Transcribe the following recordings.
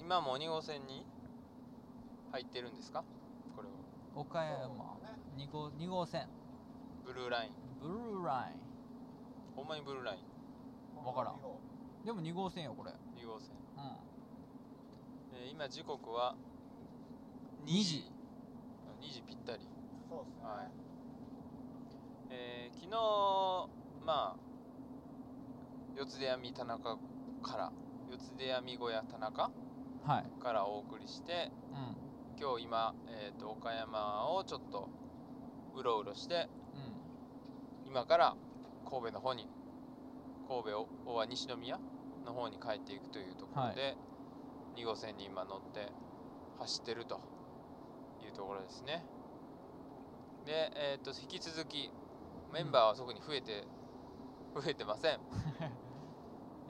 今も2号線に入ってるんですかこれは岡山2号二号線ブルーラインブルーライほんまにブルーラインンわからんでも2号線よこれうん2号線、えー今時刻は2時2時ぴったりそうですね、はいえー昨日まあ四つ出闇田中から四つ出闇小屋田中はいからお送りしてうん今日今、えー、と岡山をちょっとうろうろしてうん今から神戸の方に神戸をは西宮の方に帰っていくというところで、2号線に今乗って走ってるというところですねで、えー、と引き続きメンバーは特に増えて、増えてませ ん、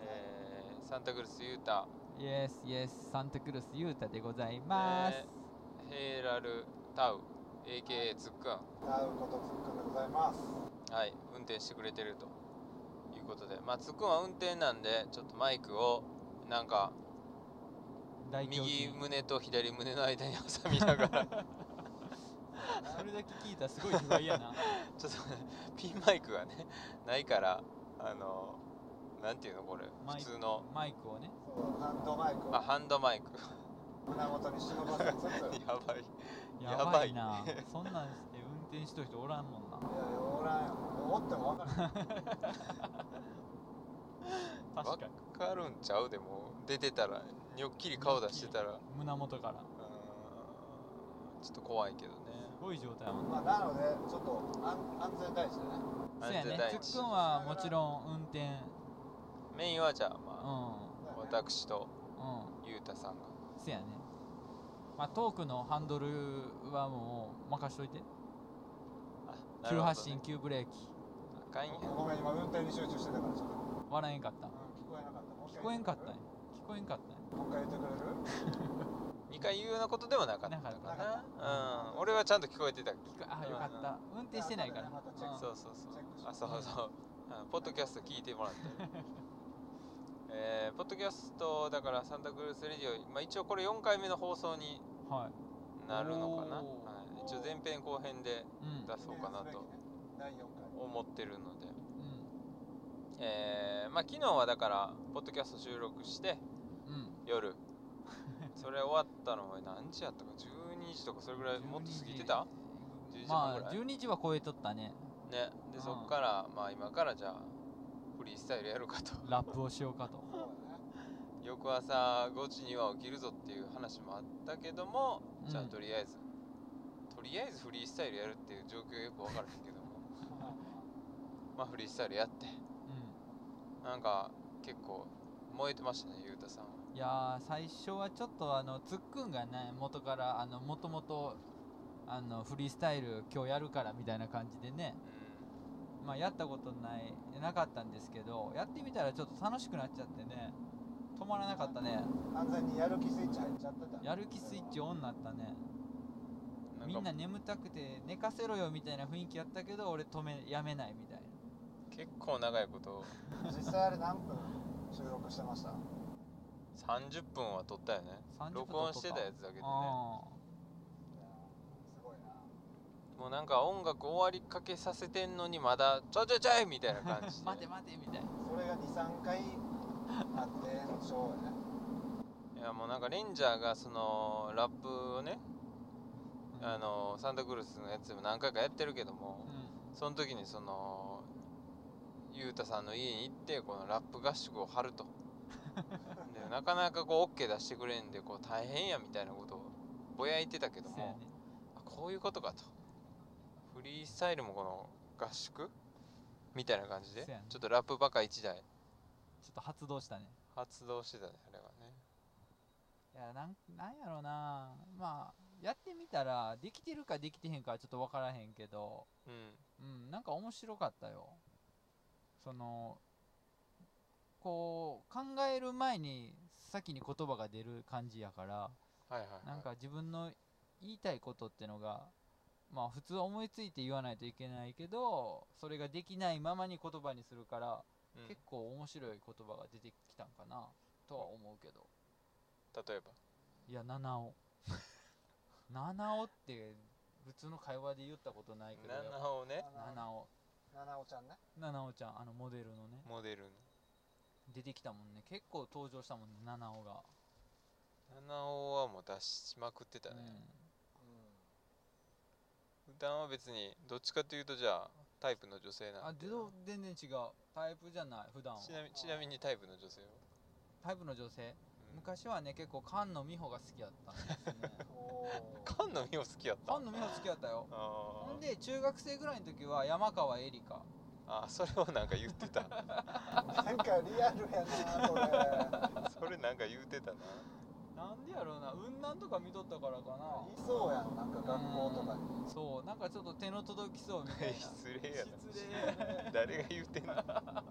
えーサンタクルスユータイエスイエスサンタクルスユータでございます、ヘイラルタウ AKA つっくんダウことつっくんでございますはい、運転してくれてるということで、まあ、つっくんは運転なんで、ちょっとマイクをなんか大胸右筋胸と左胸の間に挟みなが ら、それだけ聞いたらすごい不安や なちょっとねピンマイクがね、ないから、あの、なんていうの、これ、マ普イク通の、マイクをねそうハンドマイクあ、ハンドマイク、を胸元に忍ばせつついやいやばい、やばいやなばいそんなんして運転しとる人おらんもんなやおらんよおっても分からん確かにわかるんちゃうでも、出てたら、にょっきり顔出してたら、う胸元からーんちょっと怖いけどね。すごい状態やもんなまあなのでちょっと安安全第一でねそうや安全第ね一つっくんはもちろん運転メインはじゃあ、うまんあ、私とうゆうたさんが。んせやねまあトークのハンドルはもう任しといてあなるほど急ね発進急ブレーキ赤いんやごめん今運転に集中してたからちょっと、うん、笑えんかった聞こえなかったもう聞一回こえんかったん言や聞こえんってかったんやくれるもう一回言ってくれる2回言うようなことではなかったかななかったうん、俺はちゃんと聞こえてた聞こあよかった運転してないからいや後でねまたチェッうんたクそうそうそうチェックしあそうそう、うんポッドキャスト聞いても らってえーポッドキャストだからサンタクルースレディオ、まあ、一応これ4回目の放送にはいなるのかな、はおーい、一応前編後編でうん出そうかな記念とすべきね第4回思ってるので、うんえーまあ、昨日はだからポッドキャスト収録してうん 夜それ終わったのは何時やったか12時とかそれぐらいもっと過ぎてた11時半まぐらあい12時は超えとったねねうでんそっからまあ今からじゃあフリースタイルやるかと ラップをしようかとそうだね翌朝5時には起きるぞっていう話もあったけども、じゃあうんとりあえずとりあえずフリースタイルやるっていう状況がよく分からへんけど もまあフリースタイルやってうなんか結構燃えてましたねゆうたさんはんいやー最初はちょっとあのつっくんがね元からあのもともとあのフリースタイル今日やるからみたいな感じでねうまあ、やったことないなかったんですけどやってみたらちょっと楽しくなっちゃってね止まらなかったね完全にやる気スイッチ入っちゃってたやる気スイッチオンになったねんみんななんか眠たくて寝かせろよみたいな雰囲気やったけど俺止めやめないみたい結構長いこと実際あれ何分収録してました30分は撮ったよねな30分録音してたやつだけでねもすごいなうなんか音楽終わりかけさせてんのにまだちょいちょいちょいみたいな感じで 待て待てみたいなそれが23回あっての章やねいやもうなんかレンジャーがそのラップをね、うんあのサンタクルスのやつでも何回かやってるけどうも、んその時にそのゆうたさんの家に行ってこのラップ合宿を張 るとでなかなかこう OK 出してくれんでこう大変やみたいなことをぼやいてたけどそうやも、ねあこういうことかとフリースタイルもこの合宿みたいな感じで、そうやねちょっとラップバカ1台ちょっと発動したね発動してたねあれがねいやなんなんやろなまあやってみたらできてるかできてへんかはちょっと分からへんけどうんうん、なんか面白かったよ。そのこう考える前に先に言葉が出る感じやからはいはい、はい、なんか自分の言いたいことってのがまあ普通は思いついて言わないといけないけどそれができないままに言葉にするから、うん、例結構面白い言葉が出てきたんかなとは思うけどえばいや七尾 七尾って普通の会話で言ったことないけどやっぱ七尾ね七尾七尾ちゃんね。七尾ちゃんあのモデルのねモデルの出てきたもんね結構登場したもんね七尾が、七尾はもう出しまくってたね、う普段は別にどっちかというとじゃあタイプの女性うん、なあんでど全然違うタイプじゃない普段はちなみちなみにタイプの女性は、タイプの女性うん、昔はね結構菅野美穂が好きやったんです ねん。おー菅野美穂好きやった菅野美穂好きやったよあほんーで中学生ぐらいの時は山川恵里香あーそれをなんか言ってた なんかリアルやな、これ。それなんか言ってたななんでやろうな雲南とか見とったからかないそうやん、なんか学校とかに。そうなんかちょっと手の届きそうみたいな 失礼やな失礼誰が言ってんのあ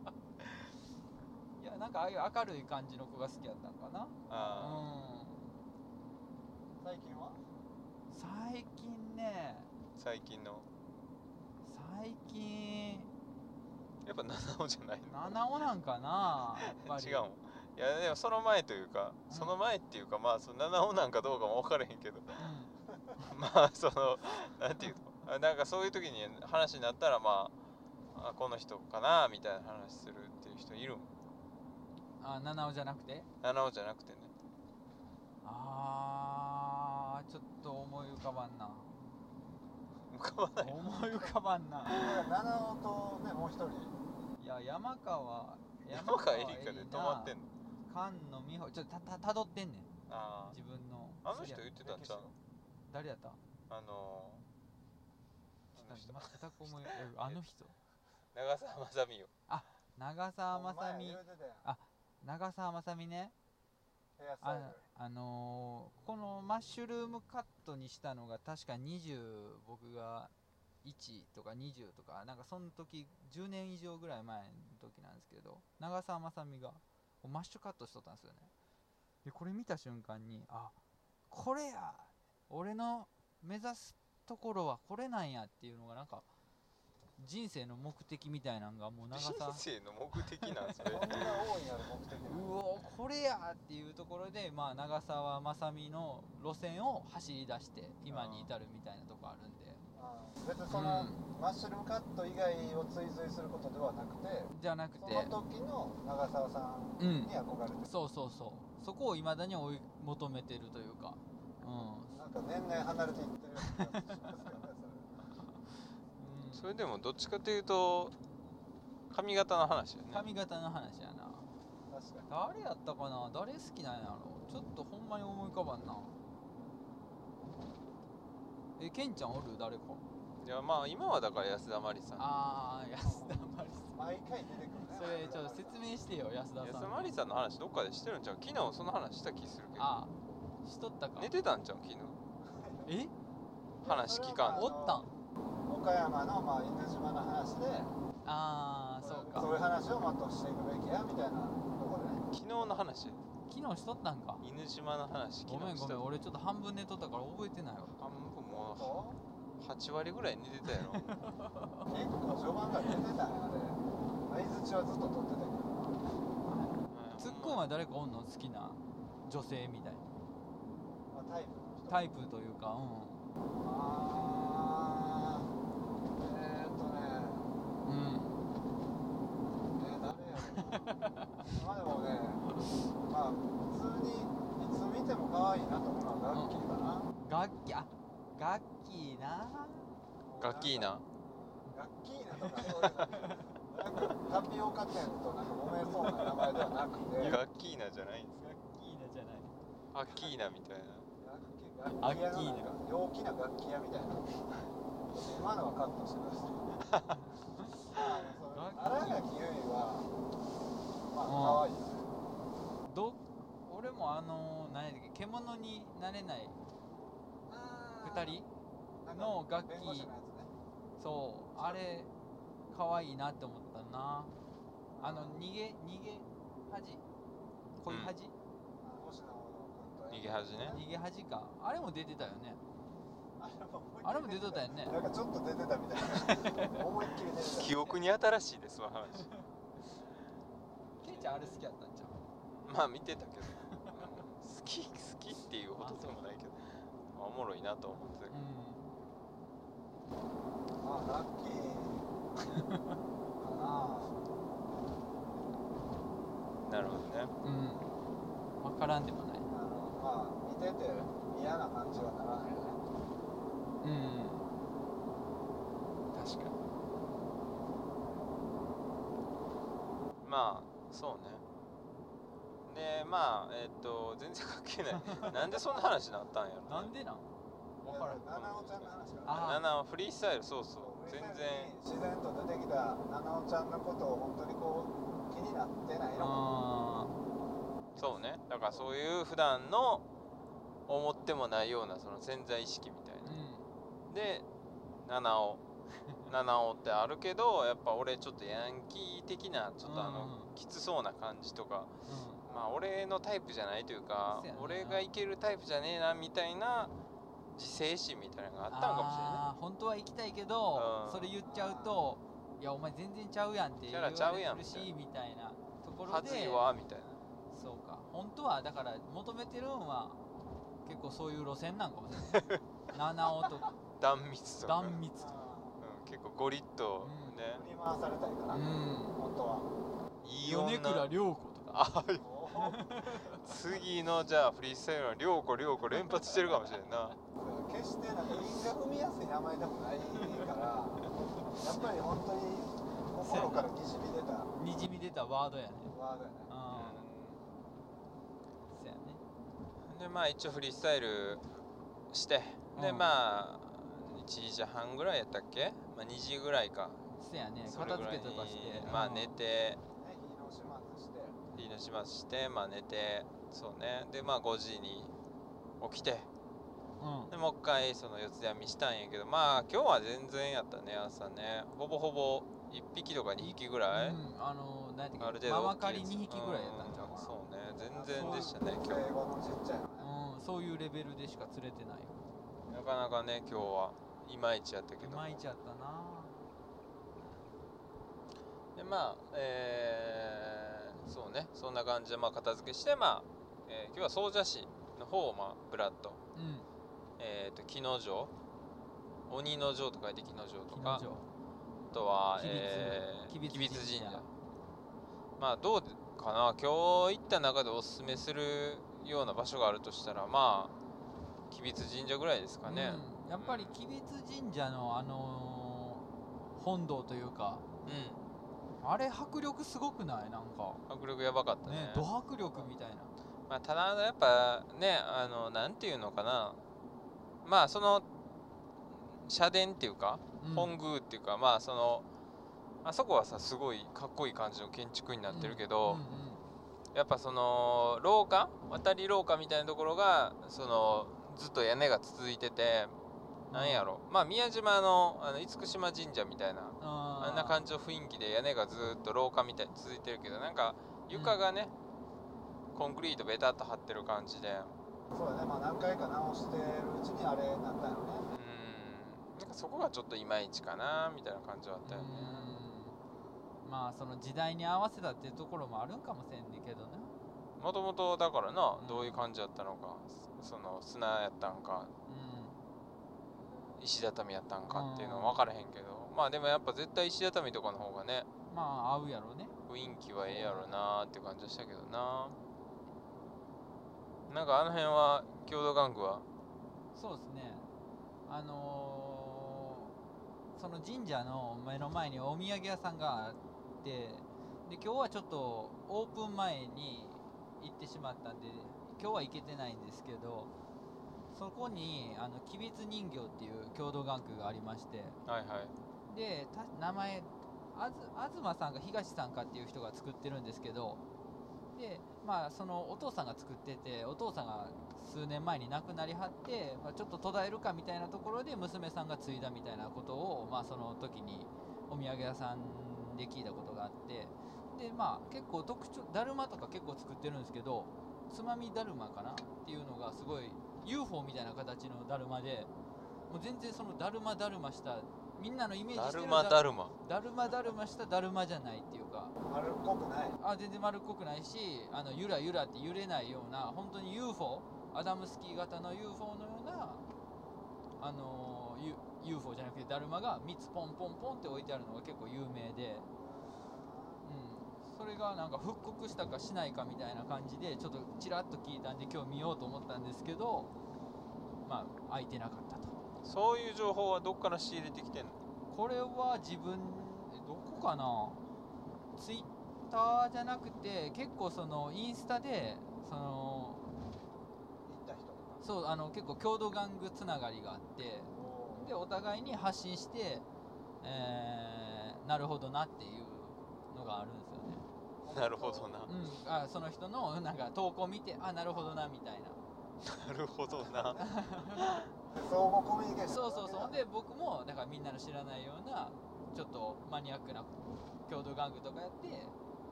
いやなんかああいう明るい感じの子が好きやったんかなあう最近はん最近ね最近の最近やっぱ七尾じゃないの七尾なんかなやっぱり違うもんいやでもその前というか、うんその前っていうかまあその七尾なんかどうかも分からへんけどう まあそのなんていうのあなんかそういう時に話になったらまああこの人かなみたいな話するっていう人いるもんんあ七尾じゃなくて七尾じゃなく てねあーちょっと思い浮かばんな向こうは思い浮かばんな七尾とね、もう一人。いや山川山川エリカで山止まってんのの菅野美穂ちょっとたたたどってんねんあ自分のああの人知り合い言ってたんちゃう誰やったあのー、あの人全く思い浮かばんあの人長澤まさみよ長澤まさみお前言うてたやん長澤まさみねヘアスタイルあ。あのーこのマッシュルームカットにしたのが確か20僕が1とか20とかなんかその時10年以上ぐらい前の時なんですけど長澤まさみがこうマッシュカットしとったんですよねでこれ見た瞬間にあこれや俺の目指すところはこれなんやっていうのがなんか人生の目的みたいなんがもう長人澤生の目的なん それそんな多いんやろ、目的うおこれやっていうところで、まあ、長澤まさみの路線を走り出して今に至るみたいなとこあるんでうん別にその、マッシュルームカット以外を追随することではなくて、じゃなくてその時の長澤さんうんに憧れてそうそうそうそこをいまだに追い求めてるというか、うなんか年々離れていってるような気がしますけどね、んうん、それでもどっちかというと髪型の話やね髪型の話やなそれ。確かに。誰やったかな誰好きなんやろちょっとほんまに思い浮かばんなえケンちゃんおる誰かいやまあ今はだから安田真理さんああ安田まり毎回出てくるね。さんそれちょっと説明してよ安田さん安田真理さんの話どっかでしてるんちゃう昨日その話した気するけどああしとったか寝てたんちゃう昨日え話聞かんあとおのったん岡山のまあ犬島の話で、ああそうかそういう話をもっとしていくべきやみたいなところでね。昨日の話昨日しとったんか犬島の話昨ごめん日ごしめたん俺ちょっと半分寝とったから覚えてないわ半分もそう8割ぐらい寝てた やろう結構序盤から出てたね、あれ。相づちはずっと取ってたけどな。ツッコンは誰かおんの好きな女性みたいなまあ、タイプの人。タイプ。イプというかうあー、えーっとね。んうんね、誰やろなまあでもね、まあ普通にいつ見ても可愛いなと思うのはガッキーかな。ガッキーあガッキーなガッキー。なガッキーなとかそういうの。なんかタピオカ店となんか揉めそうな名前ではなくて、ガッガッキーナじゃないんですガッキーなじゃないアッキーナみたいなキー、ガッキー屋のなんか陽気な楽器屋みたいな。今のはカットしてください。まあねそのガッキー新垣結衣は、まあ可愛いですね。ど俺もあのー、何やったっけ獣になれない2人なんかのガッキー弁護士のやつね。そうあれ可愛いなって思ったなあの逃げ逃げ恥恋恥、星野君と逃げ恥ね逃げ恥かあれも出てたよねあれも思いっきりあれも出てたよねなんかちょっと出てたみたいな思いっきり出てた記憶に新しいですわ 話ケイちゃんあれ好きやったんちゃうまあ見てたけど、うん好き好きっていうほどでもないけどまあおもろいなと思ってたけどうまあラッキーかななるほどねんうん分からんでもないあのまあ見てて嫌な感じはならないよねうん確かまあそうねでまあえっと全然関係 ないなんでそんな話になったんやろになんでなん分からんいや七尾ちゃんの話からなあなフリースタイルそうそう全然自然と出てきた七尾ちゃんのことを本当にこう気になってないのあそうねだからそういう普段の思ってもないようなその潜在意識みたいあなう、んで七 尾七尾ってあるけどやっぱ俺ちょっとヤンキー的なちょっとあの、うんきつそうな感じとかうんまあ俺のタイプじゃないというかそうやな俺がいけるタイプじゃねえなみたいな自制心みたいなのがあったんかもしれないあー本当は行きたいけど、うんそれ言っちゃうと「いやお前全然ちゃうやん」ってキ言ャわラちゃうれやてんるしみたいなところはずいでわみたいなそうか本当はだから求めてるんは結構そういう路線なんかもしれ ない七尾とか断密とか、断密とかうん、結構ゴリッとうんね、振り回されたいかうら、ん本 当は。いい米倉女涼子とかあ次のじゃあフリースタイルは涼子涼子連発してるかもしれんな決してなんか韻が踏みやすい名前でもないから、やっぱり本当に心からにじみ出たにじみ出たワードやねワードやね。あうーそうやねんでまあ一応フリースタイルしてでうんまあ1時半ぐらいやったっけ、まあ、2時ぐらいかそうやねそれ片ぐ付らいけにとかしてまあうん寝てね、火の始末して、リの始末してまあ寝てそうねでまあ5時に起きてうんでもう一回その四つ闇したんやけどまあ今日は全然やったね朝ねほぼほぼ1匹とか2匹ぐらい、うんあの何やったあっるけ程度マ大マきカいリやつ2匹ぐらいやったんちゃんうかなそうね全然でしたね敬今語のちっちゃいのね。うん、そういうレベルでしか釣れてないよ日なかなかね今日はいまいちやったけいどまいちやったなでまあえー、そうねそんな感じでまあ片付けしてまあ、えー今日は総社市の方をまあブラッドうんえっ、と木之城鬼の城と書いて木之城と木か之城あとは吉備津吉吉備備津津神神社社まあどうかな今日行った中でおすすめするような場所があるとしたらまあ吉備津神社ぐらいですかねうん、やっぱり吉備津神社のあのー本堂というかうあれ迫力すごくないなんかん、迫力やばかったねねド迫力みたいなまあ、ただやっぱねあのなんていうのかなまあその社殿っていうか、うん本宮っていうかまあそのあそこはさすごいかっこいい感じの建築になってるけど、うんうんやっぱその廊下渡り廊下みたいなところがそのずっと屋根が続いててうんなんやろまあ宮島のあの厳島神社みたいなあーあんな感じの雰囲気で屋根がずっと廊下みたいに続いてるけどなんか床がね、コンクリートベタっと張ってる感じでそうだね、まあ何回か直してるうちにあれになったよね。うんなんかそこがちょっといまいちかなみたいな感じはあったよねうんまあその時代に合わせたっていうところもあるんかもしれんねんけどなもともとだからなうんどういう感じだったのかその砂やったんかう石畳やったんかっていうのは分からへんけどまあでもやっぱ絶対石畳とかの方がねんまあ合うやろね雰囲気はええやろなーって感じはしたけどななんかあの辺は郷土玩具はそうですねあのーその神社の目の前にお土産屋さんがあってで今日はちょっとオープン前に行ってしまったんで今日は行けてないんですけどそこにあの吉備津人形っていう郷土玩具がありましてはいはいでた名前あず東さんか東さんかっていう人が作ってるんですけどでまあそのお父さんが作っててお父さんが数年前に亡くなりはって、まあ、ちょっと途絶えるかみたいなところで娘さんが継いだみたいなことを、まあ、その時にお土産屋さんで聞いたことがあってでまあ結構特徴だるまとか結構作ってるんですけどつまみだるまかなっていうのがすごい UFO みたいな形のだるまでもう全然そのだるまだるましたみんなのイメージだしてるるまだるまだるまだるましただるまじゃないっていうか丸っこくないあ全然丸っこくないしあのゆらゆらって揺れないような本当に UFO アダムスキー型の UFO のようなあのー U- UFO じゃなくてだるまが3つポンポンポンって置いてあるのが結構有名で、うん、それがなんか復刻したかしないかみたいな感じでちょっとちらっと聞いたんで今日見ようと思ったんですけどまあ空いてなかったとそういう情報はどっから仕入れてきてんのこれは自分えどこかなツイッターじゃなくて結構そのインスタでその行った人とかそうあの結構郷土玩具つながりがあっておーでお互いに発信して、えーなるほどなっていうのがあるんですよね、なるほどなうん、あその人のなんか投稿見てあなるほどなみたいななるほどな相互コミュニケーシそョンうそうそうほんで僕もだからみんなの知らないようなちょっとマニアックな郷土玩具とかやって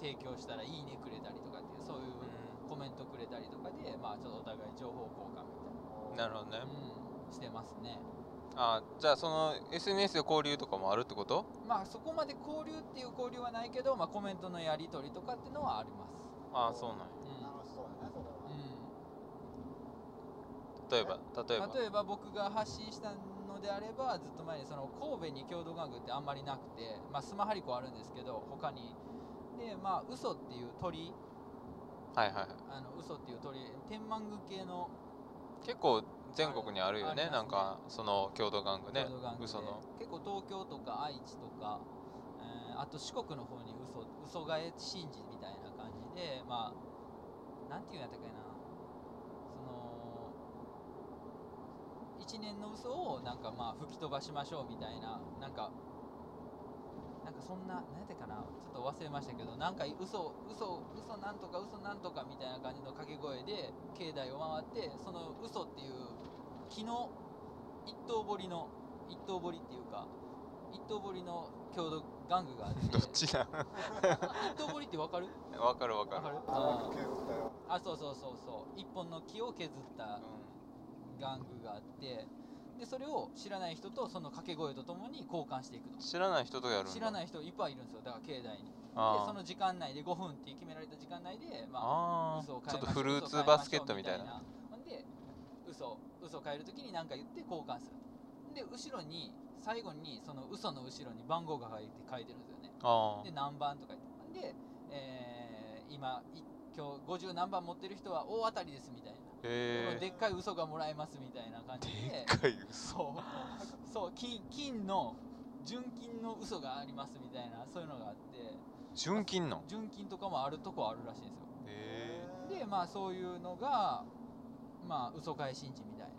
提供したらいいねくれたりとかっていうそういううコメントくれたりとかでまあちょっとお互い情報交換みたんないるほどねな、うん、してますねあじゃあその SNS で交流とかもあるってことまあそこまで交流っていう交流はないけど、まあ、コメントのやり取りとかっていうのはあります、ああそうなんやう楽しそうやねそれんうはん例えば例えば例えば僕が発信したのであればずっと前にその神戸に郷土玩具ってあんまりなくて、まあ、スマハリコあるんですけど他にでまあ嘘っていう鳥はいはいはいあの嘘っていう鳥天満宮系の結構全国にあるよねありますねなんかその郷土玩具ね郷土玩具で、嘘の結構東京とか愛知とか、えーあと四国の方に嘘嘘がえ神事みたいな感じでまあなんていうんやったっけなその一年の嘘をなんかまあ吹き飛ばしましょうみたいななんかなんかそんな何やったかなちょっと忘れましたけどなんか嘘嘘嘘なんとか嘘なんとかみたいな感じの掛け声で境内を回ってその嘘っていう木の一頭彫りの一頭彫りっていうか一頭彫りの郷土玩具があって どっちだ一頭彫りってわかるわかるわかわるかるああ削ったよーあそうそうそうそう一本の木を削った玩具があってでそれを知らない人とその掛け声とともに交換していくとうん知らない人とやるんだ知らいない人いっぱいいるんですよだから境内にであーその時間内で5分っていう決められた時間内でまああ嘘をーち変ょえっとましフょうルーツバスケットみたいな嘘を変えましょうみたいなほんで嘘を嘘を変えるときに何か言って交換するで後ろに最後にその嘘の後ろに番号が書いて書いてるんですよねあで何番とか言ってで、えー今い今日50何番持ってる人は大当たりですみたいな、ーへこのでっかい嘘がもらえますみたいな感じえででっかい嘘そうそう金金の純金の嘘がありますみたいなそういうのがあって純金の純金とかもあるとこあるらしいんですよへでまあそういうのがまあ嘘返し神事みたいな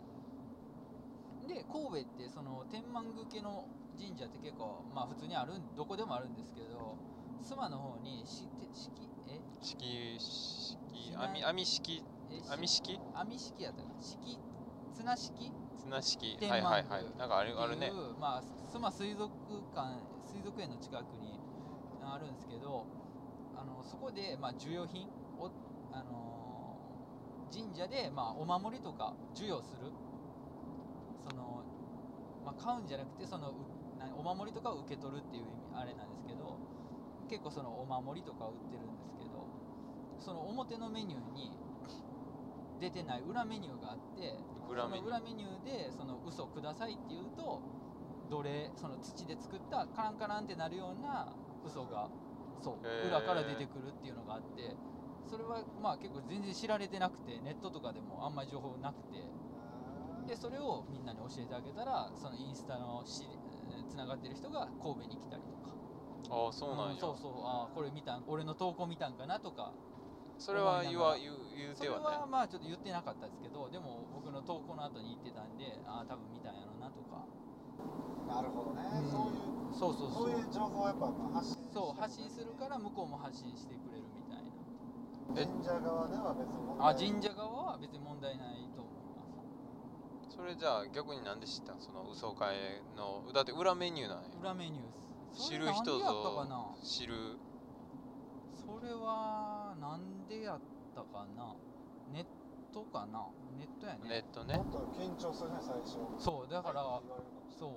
で神戸ってその天満宮系の神社って結構まあ普通にあるんどこでもあるんですけど妻の方にしてしきええ式式しない網網式えし網式網式やったかな式綱式綱式天は満い宮はいはいなんかあるあるっねていうまあ妻水族館水族園の近くにあるんですけどあのそこで、まあ、授与品を、あのー神社で、まあ、お守りとか授与するその、まあ、買うんじゃなくてそのうなお守りとかを受け取るっていう意味あれなんですけど結構そのお守りとかを売ってるんですけどその表のメニューに出てない裏メニューがあって裏メニューその裏メニューでその嘘くださいって言うと奴隷その土で作ったカランカランってなるような嘘がそう、へー裏から出てくるっていうのがあってそれはまあ結構全然知られてなくてネットとかでもあんまり情報なくてでそれをみんなに教えてあげたらそのインスタのしつながってる人が神戸に来たりとかああそうなんやそうそうああこれ見たん俺の投稿見たんかなとかそれは思言いながわら言う言うそてれははねまあちょっと言ってなかったですけどでも僕の投稿の後に言ってたんでああ多分見たんやろなとかなるほどねうんそういうそうそうそうそういう情報をやっぱ発信してるそう発信するから向こうも発信してくれるみたいなえ神社側では別に問題あ神社側は別に問題ないと思いますそれじゃあ逆になんで知ったんその嘘替えのだって裏メニューなんや裏メニュー知る人それなんでやったぞかな知るそれはなんでやったかなネットかなネットやねネットもねっと緊張するね最初そうだから言われるかもしそう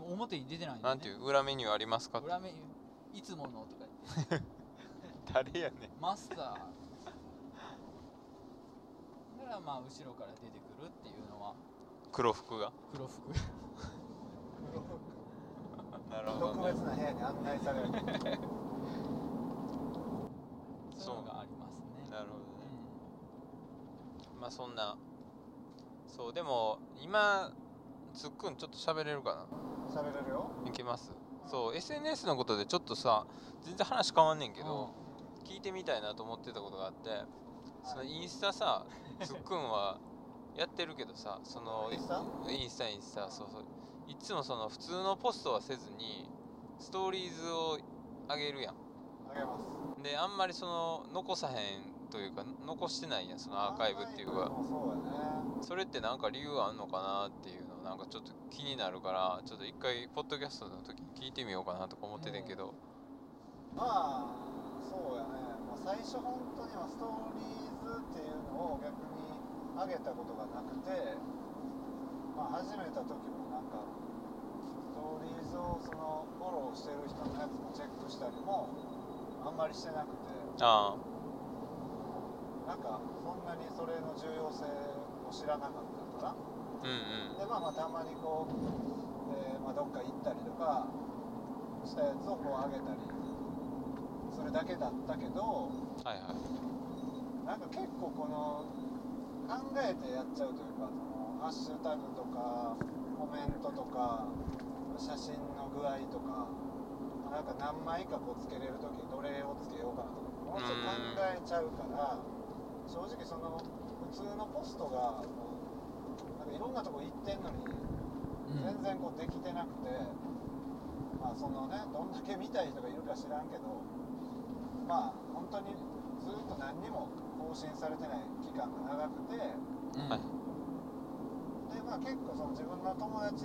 もう表に出てないんだ、なね、んていう裏メニューありますかって裏メニューいつものとか言って誰やねんマスターだからまあ後ろから出てくるっていうのは黒服が黒服なる特別な部屋に案内されるそういうのがありますねなるほどねまあそんなそうでも今つっくんちょっと喋れるか喋れるよないけますそう SNS のことでちょっとさ全然話変わんねんけど、聞いてみたいなと思ってたことがあってそのインスタさつっくんはやってるけどさそのインスタインスタインスタそうそういつもその普通のポストはせずにストーリーズを上げるやあげますんであんまりその残さへんというか残してないやんそのアーカイブっていうアーかカイブもそうやねそれってなんか理由あんのかなっていうのなんかちょっと気になるからちょっと一回ポッドキャストの時に聞いてみようかなとか思っててんけど、まあそうやね、まあ、最初本当にはストーリーズっていうのを逆に上げたことがなくて、まあ、始めた時もなんかストーリーズをそのフォローしてる人のやつもチェックしたりもあんまりしてなくてあなんかそんなにそれの重要性を知らなかったあからうんうんでまあまあたまにこう、えーまあ、どっか行ったりとかしたやつをこう上げたりそれだけだったけどはいはいなんか結構この考えてやっちゃうというかそのハッシュタグとかコメントとか写真の具合とかなんか何枚かこうつけれる時どれをつけようかなとかもうちょっと考えちゃうから正直その普通のポストがこうなんかいろんなとこ行ってんのにうん全然こうできてなくて、まあそのねどんだけ見たい人がいるか知らんけどまあ本当にずっと何にも更新されてない期間が長くてでうんはいまあ結構その自分の友達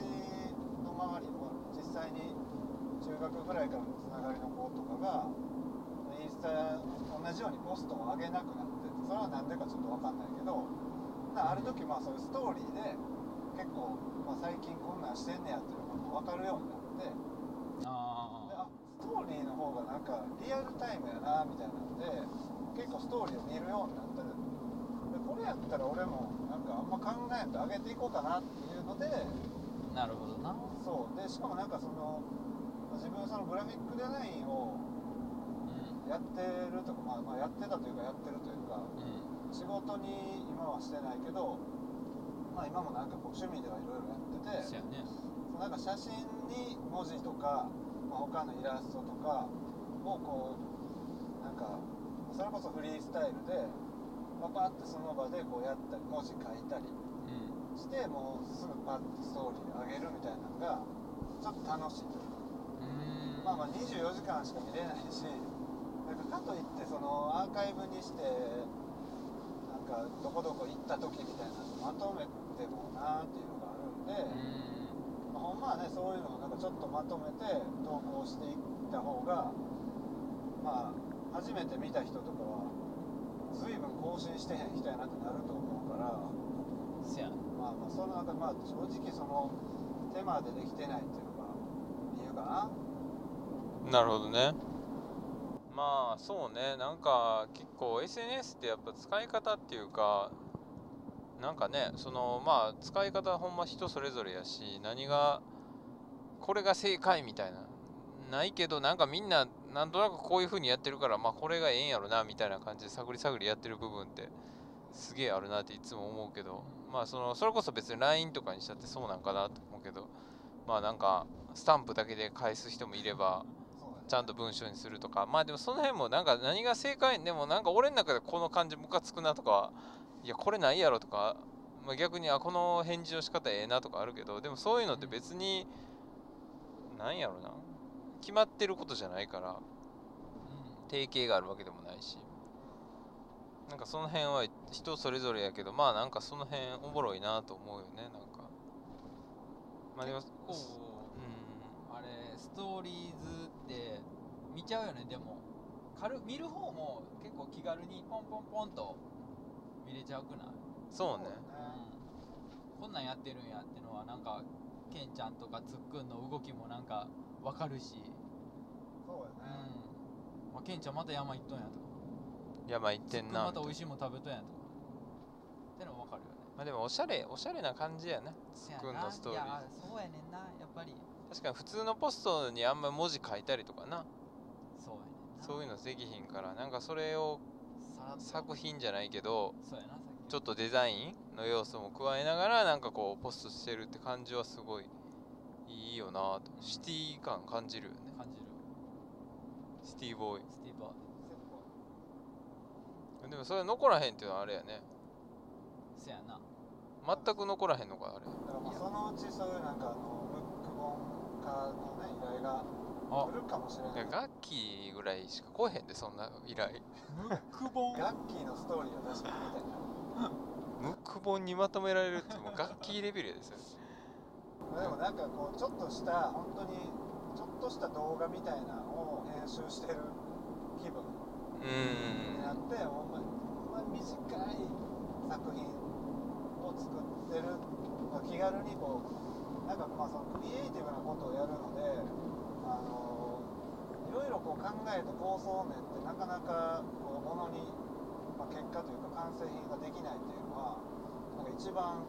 の周りも実際に中学ぐらいからのつながりの子とかがインスタ同じようにポストを上げなくなってそれは何でかちょっと分かんないけどだからある時まあそういうストーリーで結構、まあ、最近こんなんしてんねやっていうのが分かるようになって。あであストーリーの方がなんかリアルタイムやなみたいなので結構ストーリーを見るようになったでこれやったら俺もなんかあんま考えんと上げていこうかなっていうのであなるほどなそうでしかもなんかその自分そのグラフィックデザインをうやってるとか、まあ、まあやってたというかやってるというかんうん仕事に今はしてないけど、まあ、今もなんかこう趣味ではいろいろやっててそやねなんか写真に文字とか、まあ、他のイラストとかをこうなんかそれこそフリースタイルでパパってその場でこうやったり文字書いたりうんしてもうすぐパッとストーリー上げるみたいなのがちょっと楽しいというかうーんまあまあ24時間しか見れないしなんかかといってそのアーカイブにしてなんかどこどこ行った時みたいなのまとめてもなーっていうのがあるんで。うんまあ、ほんまはねそういうのをなんかちょっとまとめて投稿していった方がまあ初めて見た人とかは随分更新してへん人やなってなると思うからまそやあまあその中まあ正直その手間でできてないっていうのが理由かななるほどねまあそうねなんか結構 SNS ってやっぱ使い方っていうかなんかねそのまあ使い方はほんま人それぞれやし何がこれが正解みたいなないけどなんかみんななんとなくこういう風にやってるからまあこれがええんやろなみたいな感じで探り探りやってる部分ってすげえあるなっていつも思うけどまあそのそれこそ別に LINE とかにしたってそうなんかなと思うけどまあなんかスタンプだけで返す人もいればそうちゃんと文章にするとかまあでもその辺もなんか何が正解でもなんか俺の中でこの感じムカつくなとかいやこれないやろとか、まあ、逆にあこの返事の仕方ええなとかあるけどでもそういうのって別になんやろな決まってることじゃないからう定型があるわけでもないしなんかその辺は人それぞれやけどまあなんかその辺おもろいなと思うよねなんかまあでもんこうあれストーリーズって見ちゃうよねでも軽見る方も結構気軽にポンポンポンと見れちゃうくない、うんそうねねこんなんやってるんやってのはなんかケンちゃんとかつっくんの動きもなんか分かるし、そううんやね、まあ、ケンちゃんまた山行っとんやとか山行っつてっくんんなまみたいた美な味しいもん食べとんやとかってのも分かるよねまあでもおしゃれおしゃれな感じやねつっくんのストーリーいやそうやねんなやっぱり確かに普通のポストにあんま文字書いたりとかなそうやねんなそういうのできひんからなんかそれをさらっと作品じゃないけどそうやなさっきちょっとデザインの要素も加えながらなんかこうポストしてるって感じはすごいいいよなとうんシティ感感じるよね感じるシティボースティーバーセットイでもそれ残らへんっていうのはあれやねせやな全く残らへんのかあれだからまあそのうちそういうなんかあのブック本化のね依頼があ来るかもしれいやない楽器ぐらいしか来えへんでそんな依頼ムック本ガッキーのストーリーを確かに見たいなムック本にまとめられるってもう楽器レベルやですよでもなんかこうちょっとした本当にちょっとした動画みたいなのを編集してる気分うにんなってほんまほんまに短い作品を作ってる気軽にこうなんかまあそのクリエイティブなことをやるのであのいろいろこう考えて構想面ってなかなかこうものに、まあ、結果というか完成品ができないっていうのはなんか一番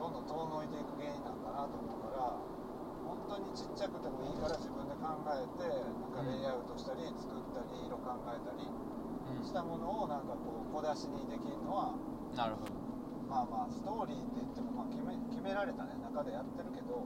どんどん遠のいていく原因なんかなと思うから本当にちっちゃくてもいいから自分で考えてなんかレイアウトしたり作ったり色考えたりしたものをなんかこう小出しにできるのはうんなるほどまあまあストーリーって言ってもまあ決め決められた、ね、中でやってるけど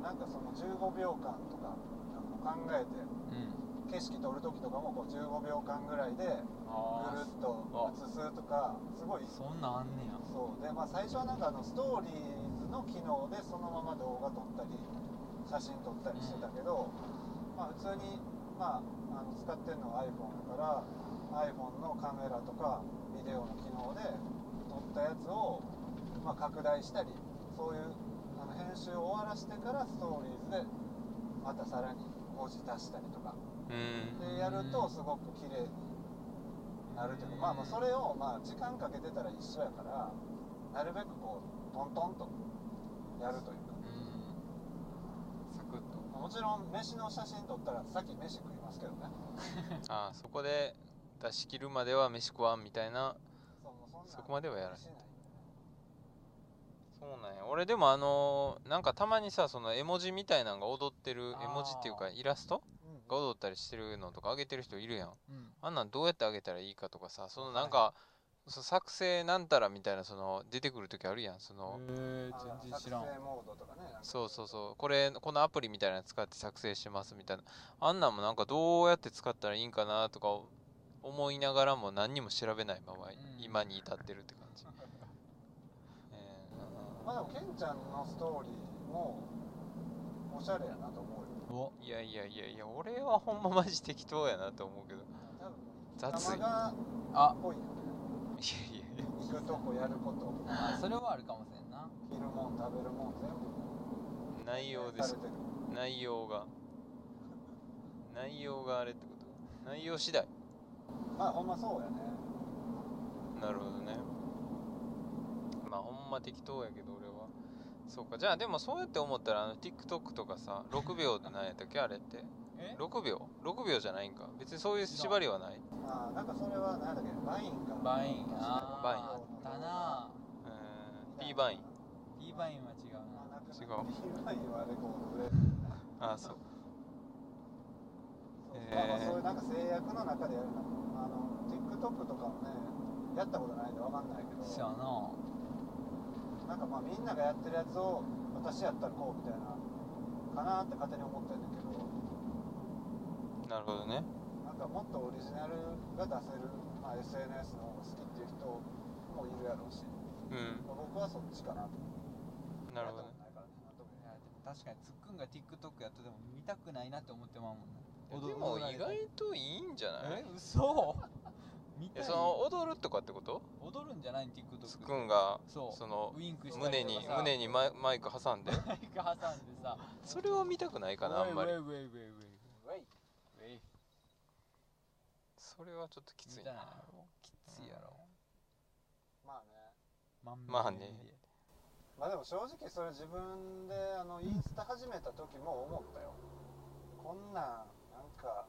なんかその15秒間とかあの考えてうん景色撮る時とかもこう15秒間ぐらいでぐるあっと映すとかすごあいそんなんあんねやそうでまあ最初はなんかあのストーリーズの機能でそのまま動画撮ったり写真撮ったりしてたけど、まあ普通に、まあ、あの使ってるのは iPhone だから iPhone のカメラとかビデオの機能で撮ったやつを、まあ、拡大したりそういうあの編集を終わらしてからストーリーズでまたさらに文字足したりとかうんうんでやるとすごく綺麗になるというかまあまあそれをまあ時間かけてたら一緒やからなるべくこうトントンとやるというかうんサクッともちろん飯の写真撮ったらさっき飯食いますけどねあーそこで出し切るまでは飯食わんみたいなそうもうそんなそこまではやらへんしないそうなんや俺でもあのーなんかたまにさその絵文字みたいなのが踊ってるあー絵文字っていうかイラストが踊ったりしてるのとか上げてる人いるやんうんあんなんどうやって上げたらいいかとかさそのはいなんか、その作成なんたらみたいなその出てくる時あるやんその、えあ全然知らん作成モードとかねなんかそうそうそうこれこのアプリみたいなの使って作成しますみたいなあんなんもなんかどうやって使ったらいいんかなとか思いながらも何にも調べないままうん今に至ってるって感 じ、えまあでもケンちゃんのストーリーもおしゃれやなと思うよおーいやいやいやいや俺はほんまマジ適当やなと思うけど多分雑いいやがあっぽいよねいやいや行くとこやることあそれはあるかもしれんな着るもん食べるもん全部内容ですされてる内容が内容があれってこと内容次第まあほんまそうやねなるほどねまあほんま適当やけど俺はそうかじゃあでもそうやって思ったらあの TikTok とかさ6秒で何や ったっけあれってえ6秒6秒じゃないんか別にそういう縛りはない、まあなんかそれは何だっけバインかバインあバインああったなえー、P バインー D バインは違うあななんか違うリバインはレコードでああそうそうえーまあまあそういうなんか制約の中でやるのあの TikTok とかもねやったことないんでわかんないけどせやななんかまあみんながやってるやつを私やったらこうみたいなかなって勝手に思ってるんだけどなるほどねなんかもっとオリジナルが出せる、まあ、SNS の方が好きっていう人もいるやろうし、うんまあ僕はそっちかなとなるほどねやったことないからねなんといも言えやないでも確かにつっくんが TikTok やっとでも見たくないなって思ってまうもんな踊でも踊られ意たり外といいんじゃないえ嘘見いたやいその踊るとかってこと踊るんじゃないの TikTok つっくんがそうそのウインクした胸りにとかさ胸にマイマイク挟 んでマイク挟んでさそれは見たくないかなあんまりウェイウェイウェイウェイウウェイェイウェイそれはちょっときつい見たないやろきついやろまあねまんまあねまんべんべんまあでも正直それ自分であのインスタ始めた時も思ったよこんなんなんか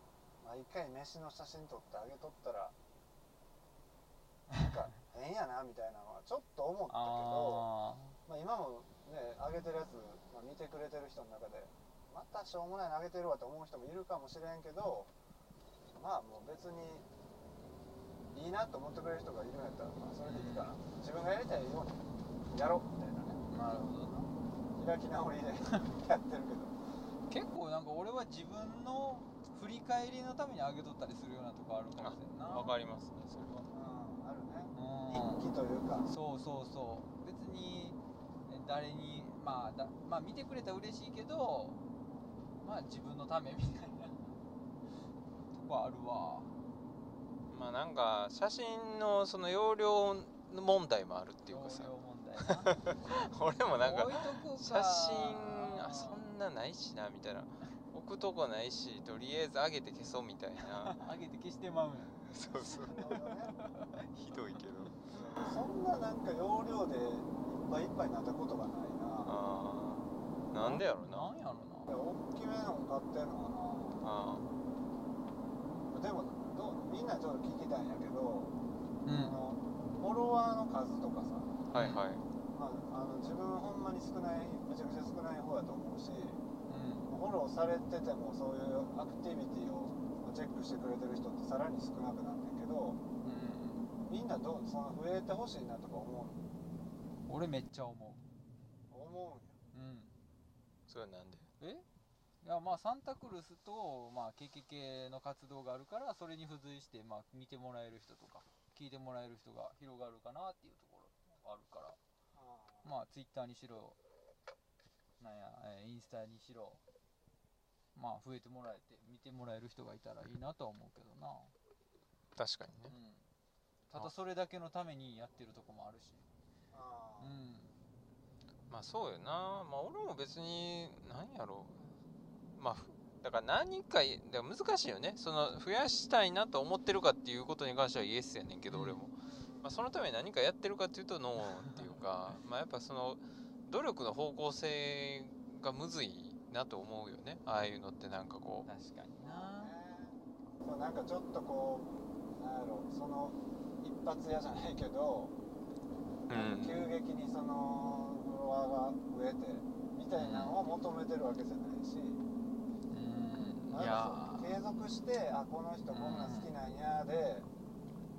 毎回飯の写真撮ってあげとったらなんか変やなみたいなのはちょっと思ったけどあまあ、今もね上げてるやつ、まあ、見てくれてる人の中でまたしょうもないの上げてるわと思う人もいるかもしれんけどまあもう別にいいなと思ってくれる人がいるんやったら、まあ、それでいいかな自分がやりたいようにやろうみたいなねーなるほどな開き直りでやってるけ結ど構なんか俺は自分の振り返りのためにあげとったりするようなとこあるかもしれんなわかりますねそれはうんあるねうん日記というかそうそうそう別にえ誰にまあだまあ見てくれたら嬉しいけどまあ自分のためみたいなとこあるわまあなんか写真のその容量問題もあるっていうかさ容量問題な俺もなんか置いとこうか写真あそんなないしなみたいな置くとこないしとりあえず上げて消そうみたいな上げて消してまうんや そうそうなるほどねひどいけどそんななんか容量でいっぱいいっぱいになったことがないなあーなんでやろななんやろな大きめの買ってんのかなあでもどうみんなちょっと聞きたいんやけうど、あのフォロワーの数とかさ、ーはいはいまあ、あの自分ほんまに少ないめちゃくちゃ少ない方やと思うしフォローされててもそういうアクティビティをチェックしてくれてる人ってさらに少なくなってんけどうんうんみんなどうその増えてほしいなとか思う俺めっちゃ思思ううんそれなんでえいやまあサンタクルスと、まあ、KKK の活動があるからそれに付随して、まあ、見てもらえる人とか聞いてもらえる人が広がるかなっていうところがあるからうんやまあツイッターにしろなんや、えーインスタにしろまあ増えてもらえて見てもらえる人がいたらいいなとは思うけどな、確かにうねん、ただそれだけのためにやってるとこもあるしあうーんまあそうよなまあ俺も別に何やろうまあふだから何かいだから難しいよねその増やしたいなと思ってるかっていうことに関してはイエスやねんけど、うん俺も、まあ、そのために何かやってるかっていうとノーっていうかまあやっぱその努力の方向性がむずいなと思うよねああいうのってなんかこ確かになそうなんかちょっとこうなんやろその一発屋じゃないけどう、う急ん、激にそのフォロワーが増えてみたいなのを求めてるわけじゃないうし、んないんやかそう継続してあこの人こんなん好きなんやで、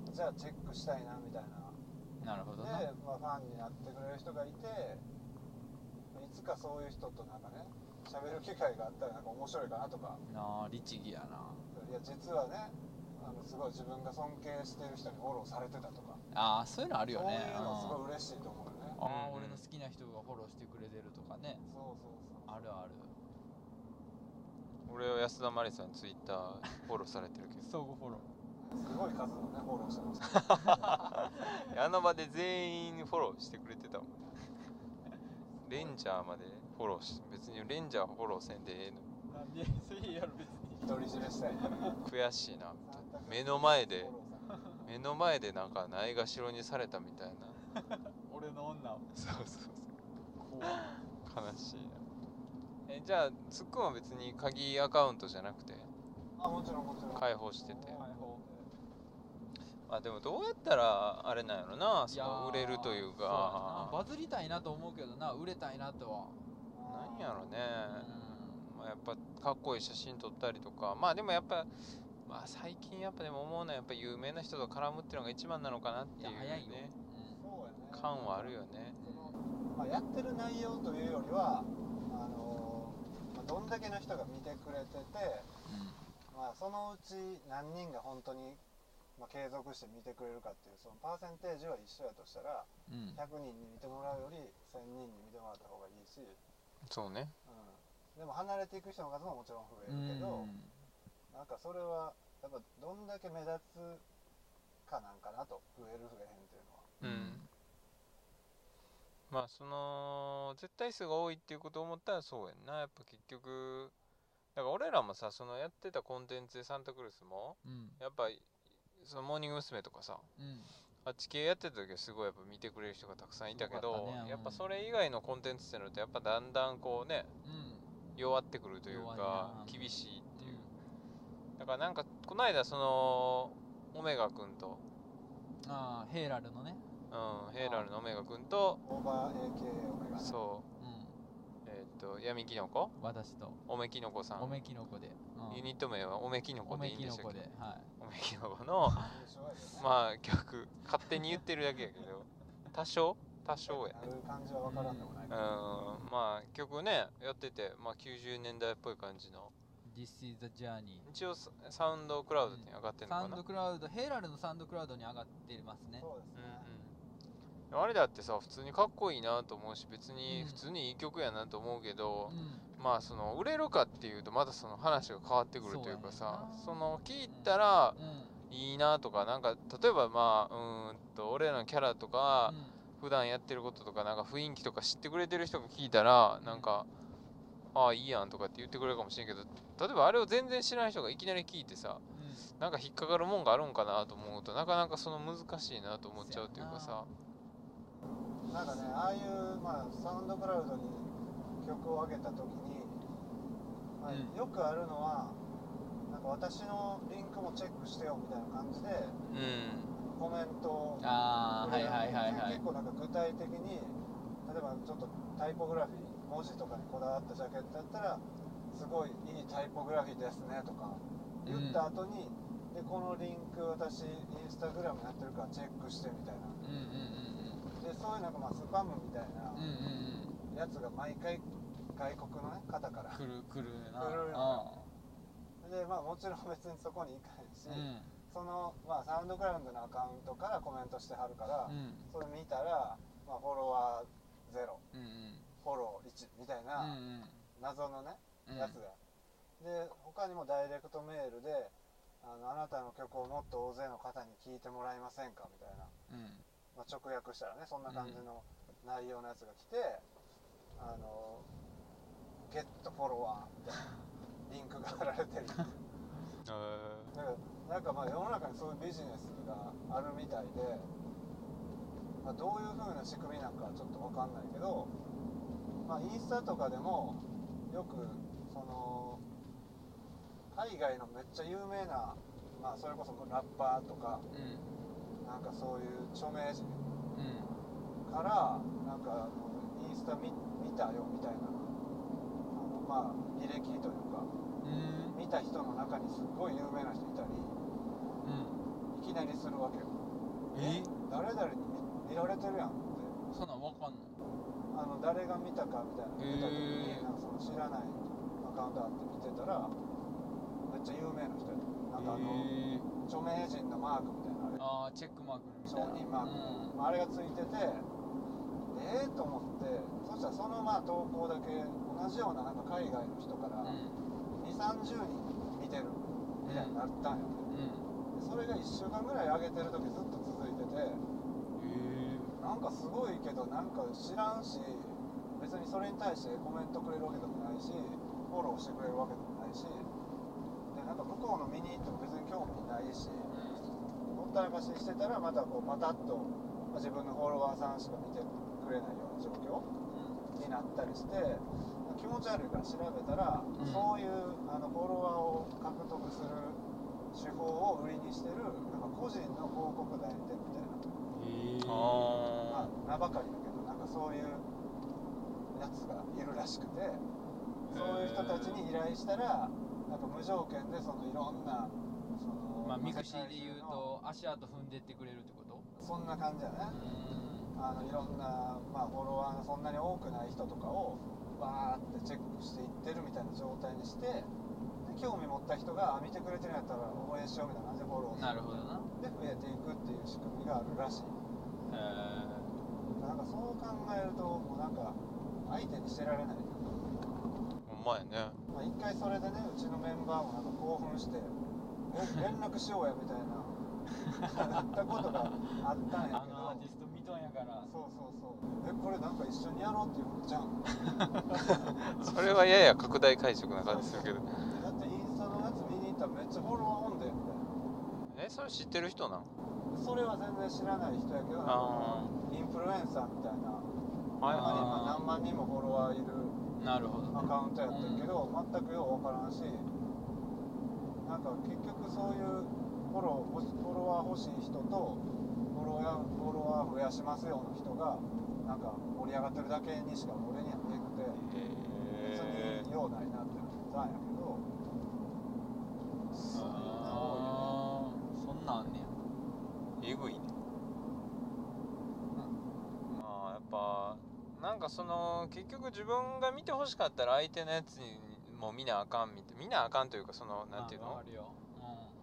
じゃあチェックしたいなみたいなーなるほどなで、まあ、ファンになってくれる人がいていつかそういう人となんかね喋る機会があったらなんか面白いかなとかなあ律儀やないや実はねあのすごい自分が尊敬してる人にフォローされてたとか、ああそういうのあるそよういうねのすごい嬉しいと思うよねうんああうんうん俺の好きな人がフォローしてくれてるとかねそうそうそうあるある俺は安田真理さんツイッターフォローされてるけど相互フォロすごい数のねフォローしてます あの場で全員フォローしてくれてたもんレンジャーまでフォローし別にレンジャーフォローせんでえーなんでそれやろ別に独り占めしたいえの悔しいな目の前でフ目の前でなんかないがしろにされたみたいな俺の女をそうそうそう悲しいなえじゃあつっくんは別に鍵アカウントじゃなくてォローさんあもちろんもちろん開放してて開放あでもどうやったらあれなんやろないそやーの売れるというそうやなかバズりたいなと思うけどな売れたいなとはなんやろねうんまあ、やっぱかっこいい写真撮ったりとかまあでもやっぱ、まあ、最近やっぱでも思うのはやっぱ有名な人と絡むっていうのが一番なのかなっていういや早いよねうそうやね感はあるよねそのまあ、やってる内容というよりはあのーまあどんだけの人が見てくれてて、まあ、そのうち何人が本当に、まあ、継続して見てくれるかっていうそのパーセンテージは一緒やとしたらんうん100人に見てもらうより1000人に見てもらった方がいいし、うそうねん、でも離れていく人の数ももちろん増えるけど、なんかそれはやっぱどんだけ目立つかなんかなと増える増えへんっていうのはうん、まあその絶対数が多いっていうことを思ったらそうやんなやっぱ結局だから俺らもさそのやってたコンテンツでサンタクルスもうんやっぱそのモーニング娘。とかさうんあっち系やってた時はすごいやっぱ見てくれる人がたくさんいたけすごかどったねうんやっぱそれ以外のコンテンツってのってやっぱだんだんこうね弱ってくるという弱いかな厳しいっていうだからなんかこの間そのオメガ君と、ああヘイラルのねうん、ヘイラルのオメガ君とオーバー AK オメガねそううえーっ、と闇キノコん私とオメキノコさおんめきのこで、うんユニット名はオメキノコおでめいいんきでのしょこうけでどはオメキノコの 面白いよねまあ曲勝手に言ってるだけやけど 多少多少やねある感じは分からんでもないうんけどまあ曲ねやってて、まあ、90年代っぽい感じのい This is the journey 一応ササウンドクラウドに上がってるのサかウンな、うんドクラウドヘイラルのサウンドクラウドに上がってますねそうですねうん、あれだってさ普通にかっこいいなと思うし別にうん普通にいい曲やなと思うけど、うまあその売れるかっていうとまたその話が変わってくるというかさそそうやねんなの聞いたらんうんいいなとかなんか例えばまあうーんと俺らのキャラとか、普段やってることとかなんか雰囲気とか知ってくれてる人が聞いたらうんなんか「ああいいやん」とかって言ってくれるかもしれんけど例えばあれを全然知らない人がいきなり聞いてさうんうんなんか引っかかるもんがあるんかなと思うとなかなかその難しいなと思っちゃうというかさなんかねああいう、まあ、サウンドクラウドに曲を上げた時に、まあうんよくあるのはなんか私のリンクもチェックしてよみたいな感じうでんコメントをああはいはいはいはい結構なんか具体的に例えばちょっとタイポグラフィー文字とかにこだわったジャケットだったらすごいいいタイポグラフィーですねとか言った後に、でこのリンク私インスタグラムやってるからチェックしてみたいなうんうんうでそういうなんかまあスパムみたいなんうんうんうんやつが毎回外国の、ね、方からくるくるなくるあでまあもちろん別にそこに行かないし、うんその、まあ、サウンドクラウンドのアカウントからコメントしてはるから、うんそれ見たら、まあ、フォロワーゼロうんうんフォロー1みたうんいな謎のね、うんやつがで他にもダイレクトメールであの「あなたの曲をもっと大勢の方に聴いてもらえませんか?」みたいな、うんまあ、直訳したらねそんな感じの内容のやつが来て「あのゲットフォロワー」みたいなリンクが貼られてるだからなんかまあ世の中にそういうビジネスがあるみたいで、まあ、どういう風な仕組みなんかはちょっと分かんないけど、まあ、インスタとかでもよくその海外のめっちゃ有名な、まあ、それこそラッパーとかうんなんかそういう著名人うんからなんかインスタ見見たよみたいなあのまあ履歴というかうん見た人の中にすっごい有名な人いたりいきなりするわけよ。え誰々に見見られてるやんってそんなんわかんないあの誰が見たかみたいなの見た時へーに、なんかその知らないアカウントあって見てたらめっちゃ有名な人やったなんかあの、え著名人のマークみたいなあれー、あーチェックマークみたい承な認マーク、まあ、あれがついててええと思ってそしたらそのまあ投稿だけ同じようななんか海外の人からうんうん2 3 0人見てるみたいになったんやうて、んでそれが1週間ぐらい上げてる時ずっと続いててなんかすごいけどなんか知らんし別にそれに対してコメントくれるわけでもないしフォローしてくれるわけでもないしでなんか向こうの見に行っても別に興味ないしうもんったいばししてたらまたこうパタッとまあ自分のフォロワーさんしか見てくれないような状況になったりしてまあ気持ち悪いから調べたら、んそういうあのフォロワーを獲得する手法を売りにしてるなんか個人の広告代理店みたいな。あまあ、名ばかりだけどなんかそういうやつがいるらしくてそういう人たちに依頼したらなんか無条件でそのいろんなその、まあ、ミク世シー界で言中うのと足跡踏んでってくれるってことそんな感じやねあのいろんな、まあ、フォロワーがそんなに多くない人とかをバーってチェックしていってるみたいな状態にしてで興味持った人があ見てくれてるんやったら応援しようみたいな感じでフォローなるほどなで増えていくっていう仕組みがあるらしい。へなんかそう考えるともうなんか相手にしてられない、ほんまやねまあ、一回それでねうちのメンバーもなんか興奮してえ連絡しようやみたいななったことがあったんやあけのアーティどスト見とんやからそうそうそうえこれなんか一緒にやろうっていうことじゃんそれはやや拡大解釈な感じするけどだってインスタのやつ見に行ったらめっちゃフォロワーおんでみたいなええそれ知ってる人なんそれは全然知らない人やけどなんかあインフルエンサーみたいなあはいあれ今は何万人もフォロワーいるいなるほどアねカウントやったけど、全くよう分からんしなんか結局そういうフォロー欲しフォロワー欲しい人とフォロワーフォロワー増やしますよの人がなんか盛り上がってるだけにしか俺には見えなくて別へえに用ないなって思ったんやけどそんな多あーそんなんあんねやえぐいねまあやっぱなんかその結局自分が見てほしかったら相手のやつにも見なあかんみたい見なあかんというかそのなんていうあのわかるよ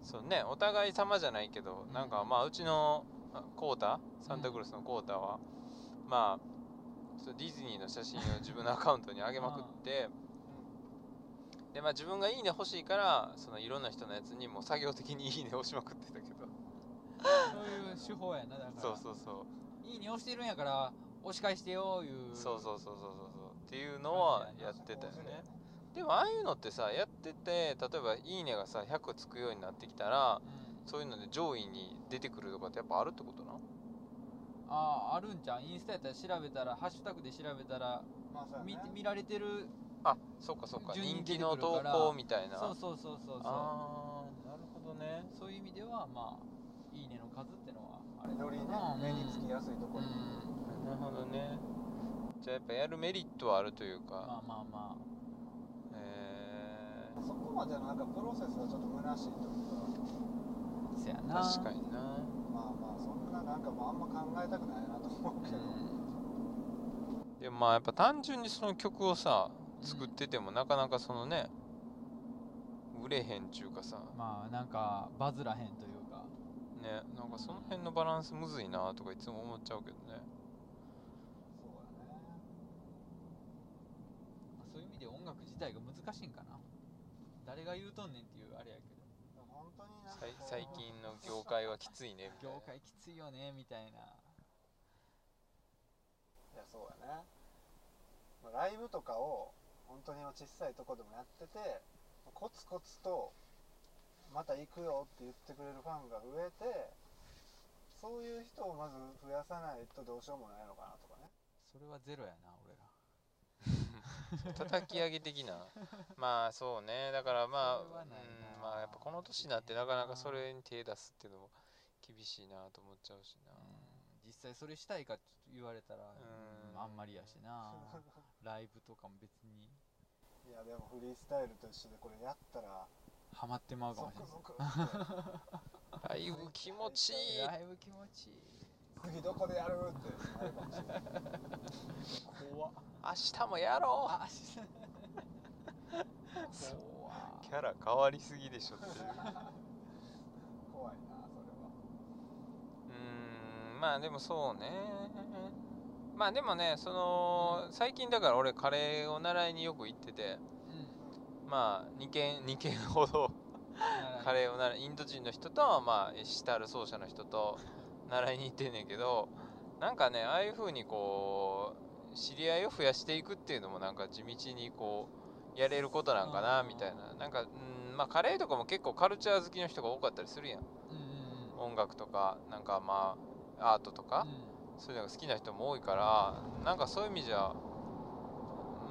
そうねお互い様じゃないけどうんなんかまあうちのあコータサンタクロースのコータは、まあそうディズニーの写真 を自分のアカウントに上げまくってでまあ自分がいいね欲しいからそのいろんな人のやつにもう作業的にいいね押しまくってたけどうん、そういう手法やなだからそうそうそういいに押してるんやから押し返してよいうそうそうそうそうそうそうっていうのはやってたよねでもああいうのってさやってて例えば「いいね」がさ100個つくようになってきたらうんそういうので上位に出てくるとかってやっぱあるってことなあああるんじゃんインスタやったら調べたらハッシュタグで調べたらまあそうやね見見られてるあそっかそっか順人に出気てくのるから投稿みたいなそうそうそうそうそああなるほどねうそういう意味ではまあいいねの数ってのはあれだよりねうん目につきやすいとこうろに、んなるほどねじゃあやっぱやるメリットはあるというかまあまあまえそこまでのなんかプロセスはちょっと虚しいというかあせやーな確かになまあまあそんななんかもうあんま考えたくないなと思うけど、でもまあやっぱ単純にその曲をさ作っててもなかなかそのね売れへんちゅうかさうんまあなんかバズらへんというかねなんかその辺のバランスむずいなとかいつも思っちゃうけどねそうやねそういう意味で音楽自体が難しいんかな誰が言うとんねんっていうあれやけど本当になんかさいこう最近の業界はきついねみたいな業界きついよねみたいないやそうやねまあライブとかを本当に小さいとこでもやっててコツコツとまた行くよって言ってくれるファンが増えてそういう人をまず増やさないとどうしようもないのかなとかねそれはゼロやな俺ら叩き上げ的 なまあそうねだからまあそれはないなうんまあやっぱこの年になってなかなかそれに手出すっていうのも厳しいなと思っちゃうしな、うん実際それしたいかって言われたらんうんあんまりやしなライブとかも別に いやでもフリースタイルと一緒でこれやったらハマってまうかもゾしクゾれクってだいぶ気持ちいいないライブ気持ちいい次どこでやるってなるかもしれない怖っ明日もやろあしう怖っキャラ変わりすぎでしょっていう怖いなそれはうんまあでもそうねまあでもねその最近だから俺カレーを習いによく行っててうんまあ2軒2軒ほどカレーを習いインド人の人とまあエシタール奏者の人と習いに行ってんねんけどなんかねああいう風にこう知り合いを増やしていくっていうのもなんか地道にこうやれることなんかなあーみたいななんかうんまあカレーとかも結構カルチャー好きの人が多かったりするやんうんうんうん音楽とかなんかまあアートとかうそういうのが好きな人も多いからなんかそういう意味じゃ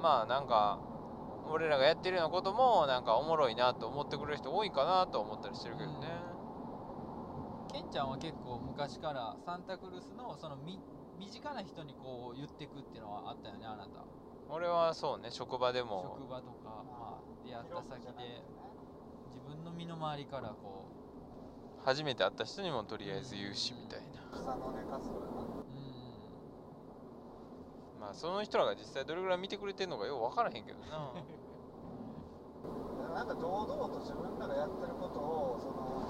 まあなんか俺らがやってるようなこともなんかおもろいなと思ってくれる人多いかなと思ったりしてるけどね、んケンちゃんは結構昔からサンタクルースのそのみ身近な人にこう言ってくっていうのはあったよねあなた俺はそうね職場でも職場とかまあ出会った先広くじゃなくてでね自分の身の回りからこ初めて会った人にもとりあえず言うしみたいな草の根活動やなううんまあその人らが実際どれぐらい見てくれてんのかよう分からへんけど ななんか堂々と自分らがやってることをその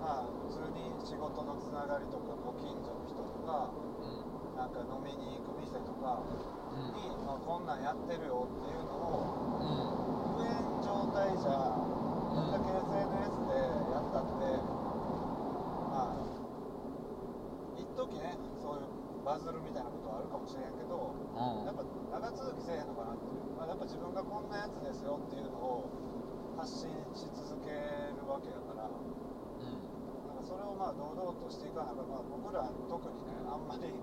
まあ普通に仕事のつながりとかご近所の人とかうなんか飲みに行く店とかんうんに、まあ、こんなんやってるよっていうのをう無縁状態じゃこんだけ SNS でやったってまあ一時ねそういうバズるみたいなことはあるかもしれんけどんやっぱ長続きせえへんのかなっていう、まあ、やっぱ自分がこんなやつですよっていうのを発信し続けるわけだから、うんそれをまあ堂々としていかながら、まあ、僕ら特にねあんまり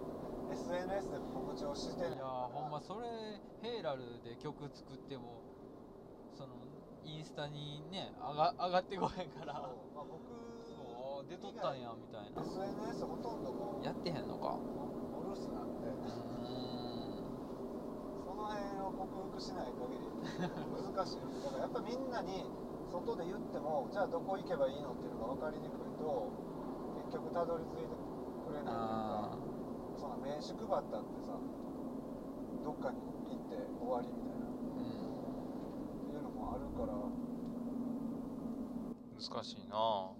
SNS で告知をしてないいやーほんまそそれヘイラルで曲作ってもそのインスタにね上が上がってこへんかう、まらあ、僕そう出とったんやみたいな SNS ほとんどもうやってへんのかお留守なんでうーその辺を克服しない限り難しい ですだからやっぱみんなに外で言ってもじゃあどこ行けばいいのっていうのが分かりにくいと結局たどり着いてくれんないあというかその名刺配ったってさどっかに行って終わりみたいなーうんいうのもあるから難しいなあ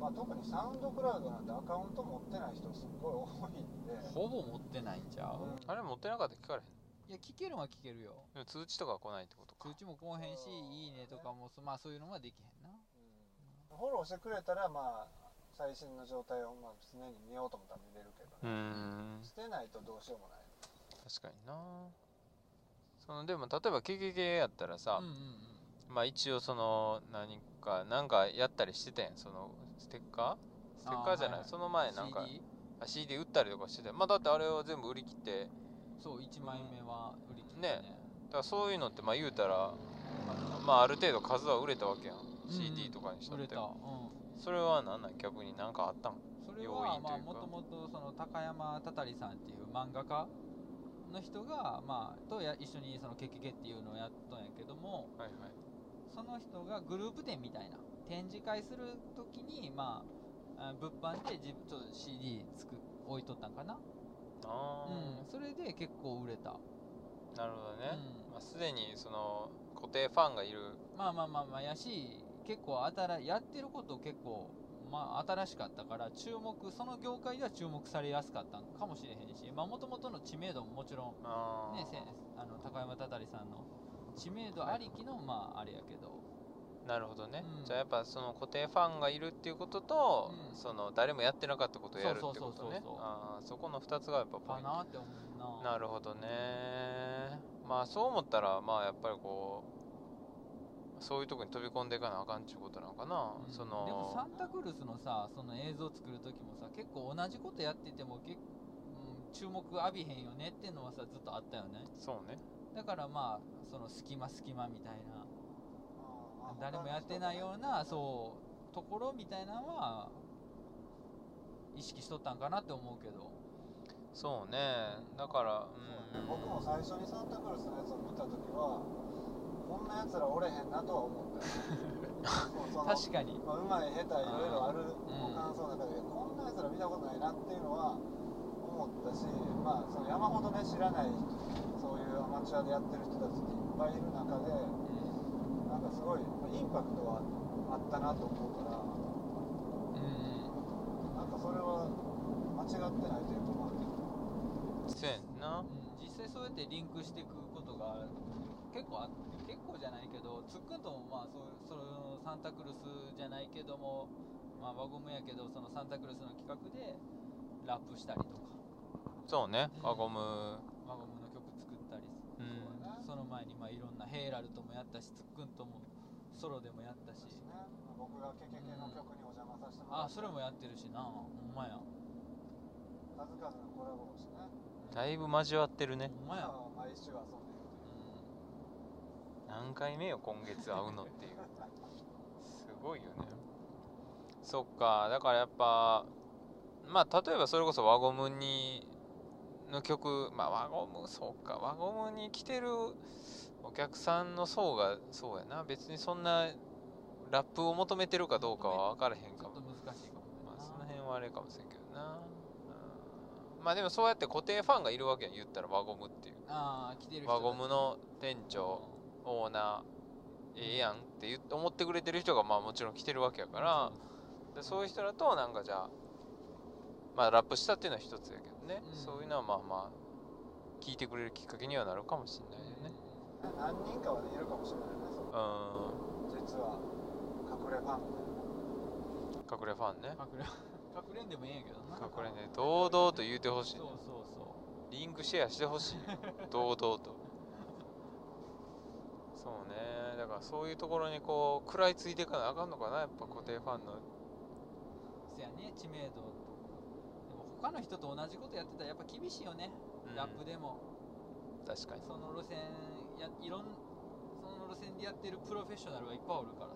まあ、特にサウンドクラウドなんてアカウント持ってない人すっごい多いんで、ほぼ持ってないんちゃう、あれ持ってなかったら聞かれへんいや聞けるのは聞けるよでも通知とかは来ないってことか通知も来へんし「いいね」とかもそまあそういうのはできへんなうんフォローしてくれたらまあ最新の状態をまあ常に見ようと思ったら見れるけど、うーんしてないとどうしようもない確かになそのでも例えば KKK やったらさうん、うんうんまあ一応その何か何かやったりしてたやんそのステッカーステッカーじゃない、あーはいはいその前なんか CD? あ CD 売ったりとかしてたよまあだってあれを全部売り切ってそう1枚目は売り切ってねだからそういうのってまあ言うたらまあある程度数は売れたわけやん、ん CD とかにしたっ売れてたうんそれは何なん逆に何かあったんそれ要は因というかまあもともとその高山たたりさんっていう漫画家の人がまあとや一緒にそのケケケっていうのをやったんやけどもはいはいその人がグループ展みたいな展示会する時にまああ物販で自分ちょっと CD つく置いとったんかなあうんそれで結構売れた、ーなるほどうね、ん、まあ、すでにその固定ファンがいるまあまあまあまあやし結構新やってること結構まあ新しかったから注目その業界では注目されやすかったんかもしれへんしまあもともとの知名度ももちろんあーね、せあの高山たたりさんの知名度ありきの、まああれやけどなるほどね、うんじゃあやっぱその固定ファンがいるっていうことと、うんその誰もやってなかったことをやるってそこうそうとねそうそうそうあーそこの2つがやっぱポかインなって思うトななるほどねまあそう思ったらまあやっぱりこうそういうとこに飛び込んでいかなあかんっていうことなのかな、うんそでもサのンタクルスのさその映像作る時もさ結構同じことやっててもけ、うん、注目浴びへんよねっていうのはさずっとあったよねそうねだからまあその隙間隙間みたいなあー誰もやってないようなそうところみたいなのは意識しとったんかなって思うけどそうねだからそううん僕も最初にサンタクルスのやつを見た時はこんなやつらおれへんなとは思った よ確確かにまあ、うまい下手いろいろあるうん感想の中で、こんなやつら見たことないなっていうのは思ったし、まあ、その山ほどね知らない人そういうアマチュアでやってる人たちっていっぱいいる中でなんかすごいまあインパクトはあったなと思うからなうん、うんんかそれは間違ってないというかまあせやんなうん実際そうやってリンクしていくことが結構あ結構じゃないけどつっくんともまあそうそのサンタクルスじゃないけども、まあ、輪ゴムやけどそのサンタクルスの企画でラップしたりとかそうねうん輪ゴム輪ゴムの曲作ったりうんそうやなその前にまあいろんなヘイラルともやったしつっくんともソロでもやったし私ね、まあ僕が KKK の曲にお邪魔させてもらあってそれもやってるしなほんまや数々のコラボをしてねだいぶ交わってるねほんまや、まあ毎週遊んでいるとう、いうん何回目よ今月会うのっていうすごいよねそっかだからやっぱまあ例えばそれこそ輪ゴムにの曲まあ輪ゴムそうか輪ゴムに来てるお客さんの層がそうやな別にそんなラップを求めてるかどうかは分からへんちかょもっと難しいかもねまあその辺はあれかもしれんけどなうんまあでもそうやって固定ファンがいるわけやん言ったら輪ゴムっていうああ来てる人たち輪ゴムの店長オーナーええやんって言って思ってくれてる人がまあもちろん来てるわけやからでそういう人だとなんかじゃあまあラップしたっていうのは一つやけどね、うんそういうのはまあまあ聞いてくれるきっかけにはなるかもしれないよね何人かはねいるかもしれないねそのう実は隠れファンみたいなん隠れファンね隠れ隠れんでもええんやけどな隠れね堂々と言うてほしいそうそうそうリンクシェアしてほしい堂々とそうねだからそういうところにこう食らいついていかなあかんのかなやっぱ固定ファンのそやね知名度とでも他の人と同じことやってたらやっぱ厳しいよね、うんラップでも確かにその路線やいろんその路線でやってるプロフェッショナルはいっぱいおるから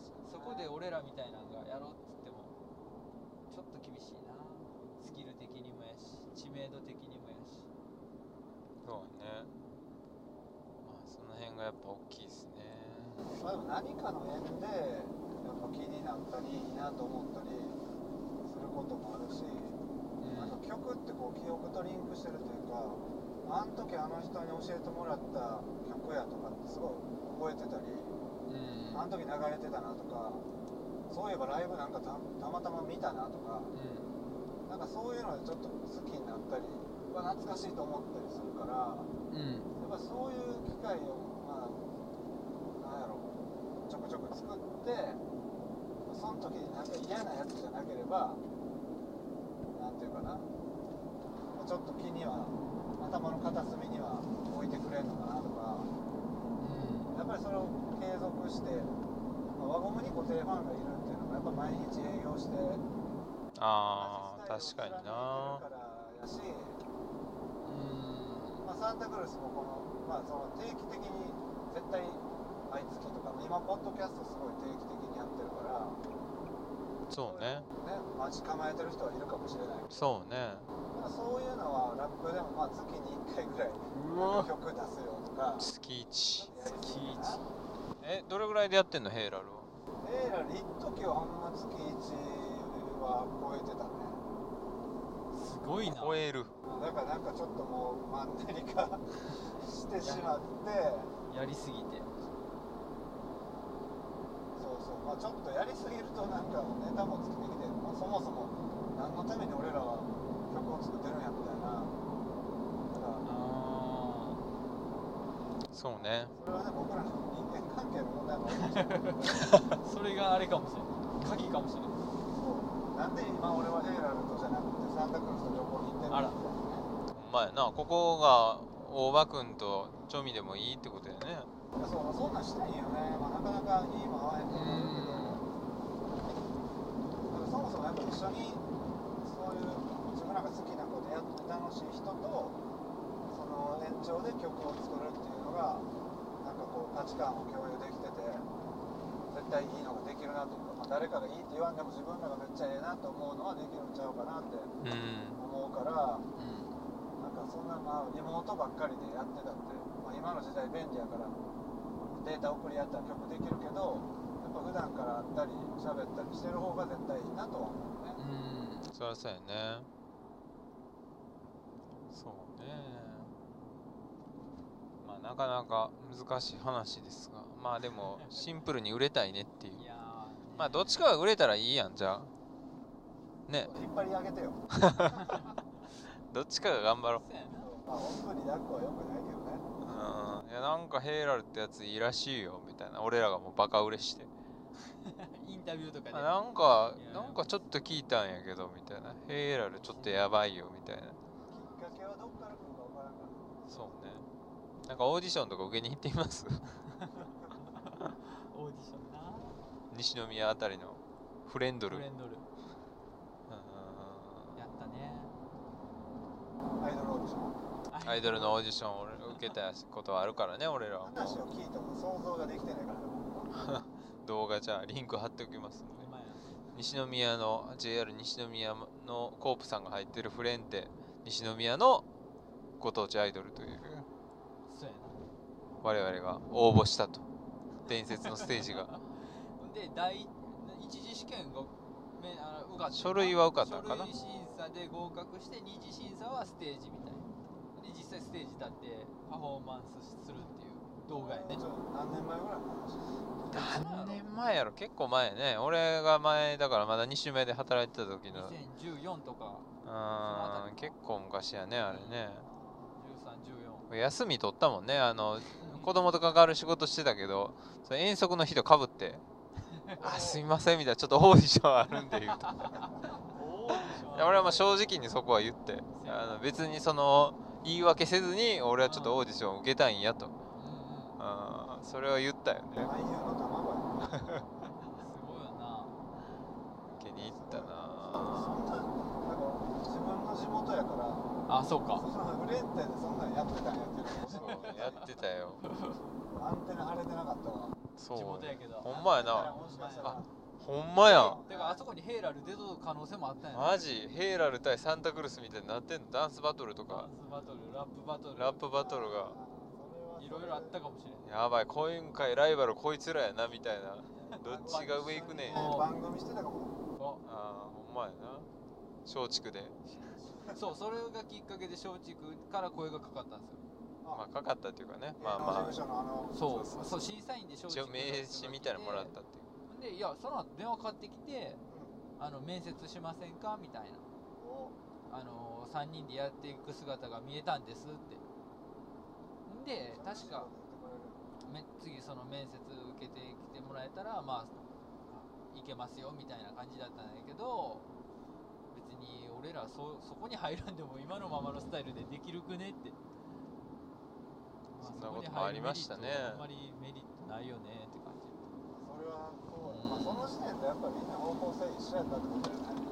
さそこで俺らみたいなのがやろうっつってもちょっと厳しいなスキル的にもやし知名度的にもやしそうねまあその辺がやっぱ大きいですねまあでも何かの縁でやっぱ気になったりいいなと思ったりすることもあるし、うんなんか曲ってこう記憶とリンクしてるというかあの時あの人に教えてもらった曲やとかってすごい覚えてたりうんあの時流れてたなとかそういえばライブなんかたたまたま見たなとかうなんかそういうのでちょっと好きになったりうわ懐かしいと思ったりするから。んうんやっぱそういう機会を、まあ、なんやろちょくちょく作ってその時になんか嫌なやつじゃなければなんていうかなちょっと気には頭の片隅には置いてくれんのかなとかうんやっぱりそれを継続して、まあ、輪ゴムに固定ファンがいるっていうのがやっぱ毎日営業してああ同じス確タかイルを貫いてるになからやしうんまあ、サンタクロースもこの、まあ、その定期的に絶対毎月とか今ポッドキャストすごい定期的にやってるから、ね、そうね待ち構えてる人はいるかもしれないけどそうねまあそういうのはラップでもまあ月に1回ぐらいう曲出すよとか月一やりすぎかなえどれぐらいでやってんのヘイラルはええら一時はほんま月1は超えてたねすごいな超えるだからなんかちょっともうマンネリ化 してしまってやりすぎてそうそう、まあ、ちょっとやりすぎるとなんかネタもつきてきて、まあ、そもそも何のために俺らは曲を作ってるんやみたいなだからあそうねそれはね僕らの人間関係の問題もあるかもしれないけど あそれがあれかもしれない鍵かもしれないそうなんで今俺はヘイラルとじゃなくてサンタクロースと旅行に行ってるんだあらみほんまやなここが大場君とチョミでもいいってことやねたいなねいやそうそんなんしたいんよね、まあ、なかなかいいも合わへんと思うけどだからそもそもやっぱ一緒にそういう自分らが好きなことやって楽しい人とその延長で曲を作るっていうのがなんかこう価値観を共有できてて絶対いいのができるなというか、まあ、誰かがいいって言わんでも自分らがめっちゃええなと思うのはできるんちゃうかなって思うんうからうなんんかそんなまあリモートばっかりでやってたって、まあ、今の時代便利やからデータ送り合ったら曲できるけどやっぱ普段から会ったり喋ったりしてる方が絶対いいなとは思うね。うんそりゃそうやねそうねまあなかなか難しい話ですがまあで もシンプルに売れたいねっていういやーねまあどっちかが売れたらいいやんじゃあね引っ張り上げてよ。どっちかが頑張ろそうやなまあ、本当に抱っこは良くないけどね。ううんいやなんかヘイラルってやついいらしいよみたいな俺らがもうバカ売れしてインタビューとかで、あなんかいやなんかちょっと聞いたんやけどみたいなヘイラルちょっとやばいよみたいなきっかけはどっから来るかわからんから。そうねなんかオーディションとか受けに行ってみますオーディションな西宮あたりのフレンドルフレンドルうんやったねアイドルオーディション。アイドルのオーディションを受けたことはあるからね俺らは話を聞いても想像ができてないからね。僕は動画じゃあリンク貼っておきますんで今や西宮の JR 西宮のコープさんが入ってるフレンテ西宮のご当地アイドルというそうや我々が応募したと伝説のステージがなほんで第一一次試験がめあの受かった書類は受かったんかな書類審査で合格して二次審査はステージみたいなで実際ステージ立ってパフォーマンスするっていう動画やねちょっと何年前ぐらいの話何年前やろ結構前やね俺が前だからまだ西宮で働いてた時の2014とかうーん結構昔やねあれね1314休み取ったもんねあの子供と関わる仕事してたけどそれ遠足の日とかぶって「あすみません」みたいなちょっとオーディションあるんで言うとオーディションいや俺はまあ正直にそこは言ってあの別にその言い訳せずに俺はちょっとオーディション受けたいんやとうんうんあーそれは言ったよね俳優の卵やすねごいよな気に入ったそなんなんなんか自分の地元やからあそうそかんな売れんってそんなんやってたんやってるそうやってたよアンテナ張れてなかったわそう地元やけどほんまやだからなもしかしたらほんまやんだからあそこにヘイラル出とる可能性もあったんやなマジヘイラル対サンタクルスみたいになってんのダンスバトルとダかンスバトルラップバトルラップバトルがいろいろあったかもしれないやばい今回ライバルこいつらやなみたいなどっちが上行くねん番組してたかもああーほんまやな松竹でそうそれがきっかけで松竹から声がかかったんですよまあかかったっていうかね芸能まあま事務所のあのそうそうそそうう審査員であ松一竹応名刺みたいなのもらったっていうでいやその後電話かかってきてあの面接しませんかみたいなおあの3人でやっていく姿が見えたんですってで確かめ次その面接受けてきてもらえたらまあいけますよみたいな感じだったんだけど別に俺らそそこに入らんでも今のままのスタイルでできるくねって、そんなそここにとも入ありるメリットましたねあんまりメリットないよねって感じそれはそうまあその時点でやっぱみんな方向性一緒やったってことよね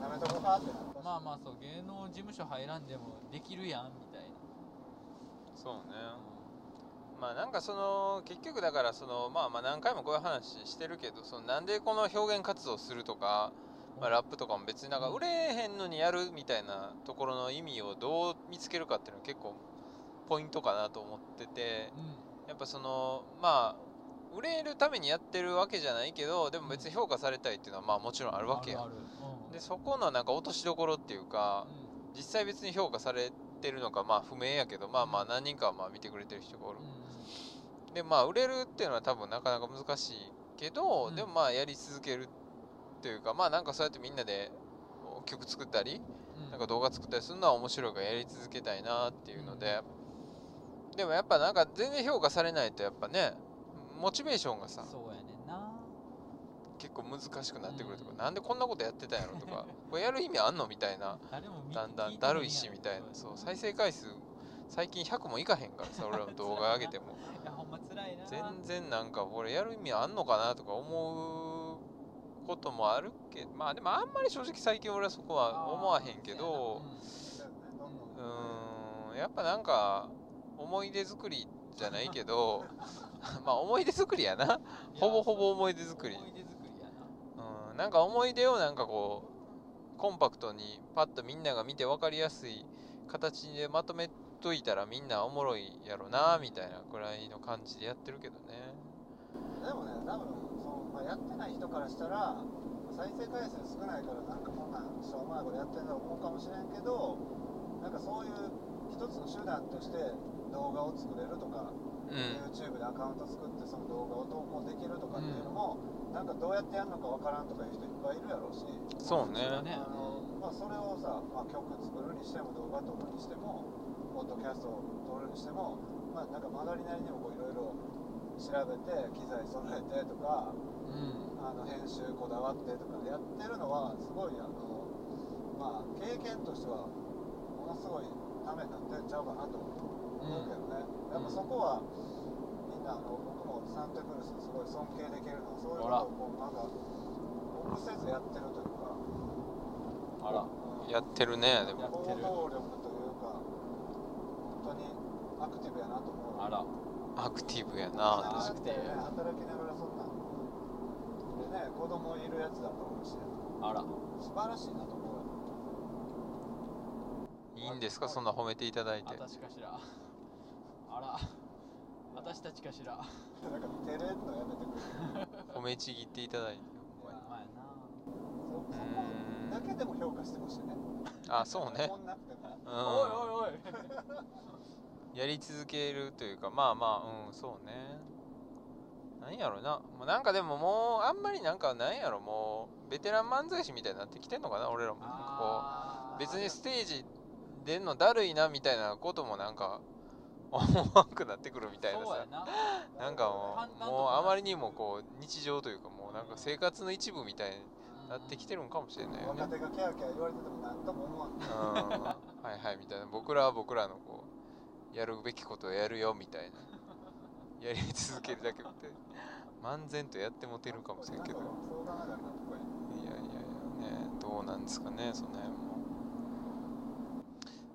うやめとこうかってなったんまあまあそう芸能事務所入らんでもできるやんみたいそうねな、まあなんかその結局だからそのまあまあ何回もこういう話してるけどそのなんでこの表現活動するとか、まあ、ラップとかも別になんか売れへんのにやるみたいなところの意味をどう見つけるかっていうのは結構ポイントかなと思っててうやっぱそのまあ売れるためにやってるわけじゃないけどでも別に評価されたいっていうのはまあもちろんあるんわけやあるあるうんでそこのなんか落としどころっていうかう実際別に評価されてるのかまあ不明やけどまあまあ何人かはまあ見てくれてる人がおるんうんでまあ売れるっていうのは多分なかなか難しいけど、うんでもまあやり続けるというかまあなんかそうやってみんなでお曲作ったり、うんなんか動画作ったりするのは面白いからやり続けたいなっていうので、でもやっぱなんか全然評価されないとやっぱねモチベーションがさそうやねんな結構難しくなってくるとか、うんなんでこんなことやってたんやろ とかこれやる意味あんのみたいな誰も見だんだんだるいしみたいなそう再生回数最近100もいかへんから さ俺らの動画上げても。いやほんま辛いな全然なんか俺やる意味あんのかなとか思うこともあるけどまあでもあんまり正直最近俺はそこは思わへんけどどんどうんーんやっぱなんか思い出作りじゃないけど まあ思い出作りやなほぼほぼ思い出作り思い出作りやなうんなんか思い出をなんかこうコンパクトにパッとみんなが見て分かりやすい形でまとめといたらみんなおもろいやろなみたいなくらいの感じでやってるけどねでもね、多分そう、まあ、やってない人からしたら再生回数少ないからなんかこんなんしょうもないことやってると思うかもしれんけどなんかそういう一つの手段として動画を作れるとか、うん YouTube でアカウント作ってその動画を投稿できるとかっていうのも、なんかどうやってやるのかわからんとかいう人いっぱいいるやろうしそうねそうねあの、まあ、それをさ、まあ、曲作るにしても動画撮るにしてもポッドキャストを撮るにしても、まあ、なんか曲がりなりにもこういろいろ調べて機材揃えてとかうんあの編集こだわってとかやってるのはすごいあの、まあ、経験としてはものすごいためになってんちゃうかなと思うけどね、やっぱそこはみんなあの僕もサンタクルスすごい尊敬できるのはそういうことをこうなんか臆せずやってるというか。あらうんやってるねでもやってる行動力というか本当にアクティブやなと思うあらアクティブやあな確かにね、働きながらそんなんでね子供いるやつだと思うしあら素晴らしいなと思うにいいんですかそんな褒めていただいて私かしらあら私たちかしらよ なんか照れんのやめてくれ褒めちぎっていただいてほんまにまあやなそそこだけでも評価してほしいねあそうね思んなくてもうおいおいおいんやり続けるというかまあまあうんそうね何やろなもうなんかでももうあんまりなんかなんやろもうベテラン漫才師みたいになってきてんのかな俺らもなんかこあうー別にステージ出んのだるいなみたいなこともなんか思わんくなってくるみたいなそうさやななんかも淡々とうこなもうあまりにもこう日常というかもうなんか生活の一部みたいになってきてるんかもしれないよね。若手がキャーキャー言われてても何とも思わんうんはいはいみたいな僕らは僕らのこうやるべきことをやるよみたいなやり続けるだけみたいな漫然とやってもてるかもしれんけどいなんかそう考えたらなんかいいやいやいやねどうなんですかねその辺も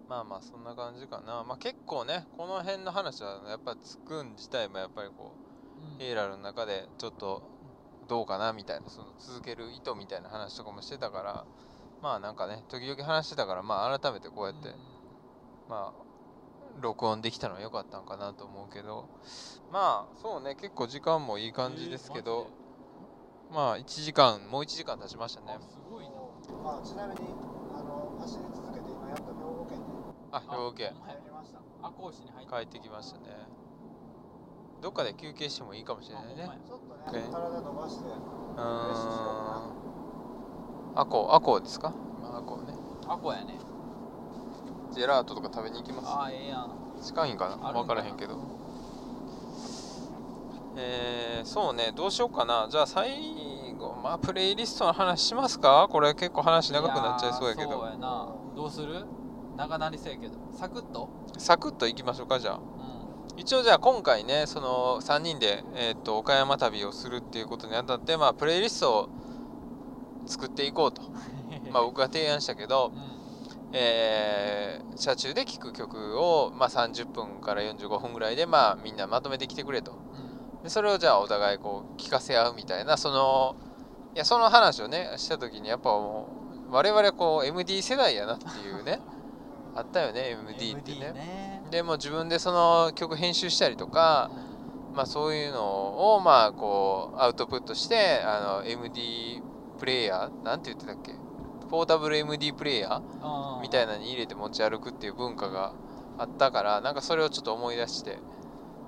まあまあそんな感じかなまあ結構ねこの辺の話はやっぱつくん自体もやっぱりこうんうエイラルの中でちょっとどうかなみたいなその続ける意図みたいな話とかもしてたからまあなんかね時々話してたからまあ改めてこうやって、まあ録音できたのは良かったんかなと思うけどまあそうね結構時間もいい感じですけど、、まあ1時間もう1時間経ちましたえーマジでねあすごいなあちなみにあの走り続けて今やっと兵庫県にあ兵庫県あ入りました赤講師に入っ帰ってきましたねどっかで休憩してもいいかもしれないねあちょっとね、 Okay 体伸ばしてうーんレッスンしようかアコアコですか今アコねほんまやアコやねジェラートとか食べに行きあまあええやんす近いんかなあるんかな分からへんけどえー、そうねどうしようかなじゃあ最後まあプレイリストの話しますかこれ結構話長くなっちゃいそうやけいやーどそうやなどうする長なりそうやけどサクッとサクッといきましょうかじゃあう一応じゃあ今回ねその3人で、えー、と岡山旅をするっていうことにあたって、まあ、プレイリストを作っていこうと、んまあ、僕が提案したけど う、んえー車中で聴く曲を、まあ、30分から45分ぐらいで、まあ、みんなまとめてきてくれとでそれをじゃあお互いこう聞かせ合うみたいなそのいやその話をねした時にやっぱもう我々こう MD 世代やなっていうねなあったよねうん MD ってね。ねでもう自分でその曲編集したりとか、まあ、そういうのをまあこうアウトプットしてあの MD プレイヤーなんて言ってたっけポータブル MD プレイヤーみたいななのに入れて持ち歩くっていう文化があったからなんかそれをちょっと思い出して、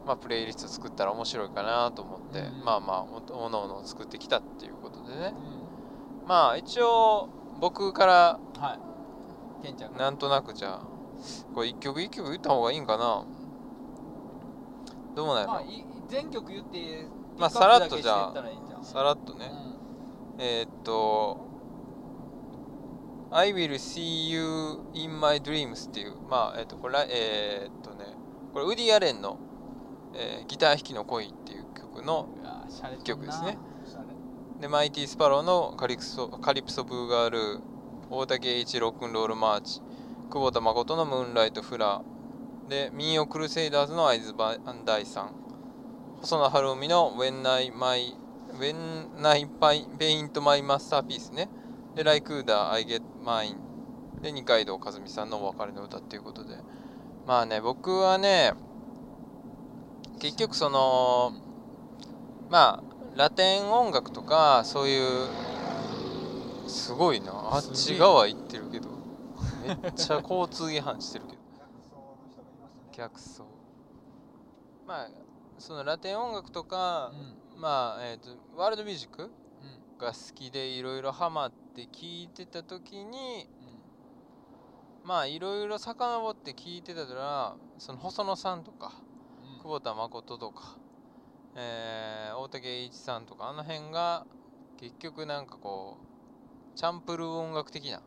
まあ、プレイリスト作ったら面白いかなと思って、うんまあまあおおのおの作ってきたっていうことでねまあ一応僕からはいケンちゃんがなんとなくじゃあこれ一曲一曲言った方がいいんかなどうなんやろまあい全曲言ってまあピックアさらップっとじゃあだけしてったらいいんじゃんさらっとねえーっと「I will see you in my dreams」っていうまあえーっとこれらえーっとねこれウディ・アレンの、えーギター弾きの恋」っていう曲のうんうわー洒落てん曲なですねおしゃれでマイティ・スパローのカリクソ「カリプソ・ブーガールー」大竹栄一ロックンロール・マーチ久保田誠の「ムーンライト・フラー」で民謡クルセイダーズの会津バンダイさん細野晴臣の「When I, my, When I Paint My Masterpiece ね」で「ライクーダー I Get Mine」で二階堂和美さんの「お別れの歌」っていうことでまあね僕はね結局そのまあラテン音楽とかそういうすごいなあっち側行ってるけどめっちゃ交通違反してるけど客層の人がいましたね逆走まあそのラテン音楽とかうん、まあえっ、とワールドミュージックうんが好きでいろいろハマって聞いてた時にまあいろいろ遡って聞いてたらその細野さんとかうん久保田誠とか、えー大竹栄一さんとかあの辺が結局なんかこうチャンプルー音楽的なう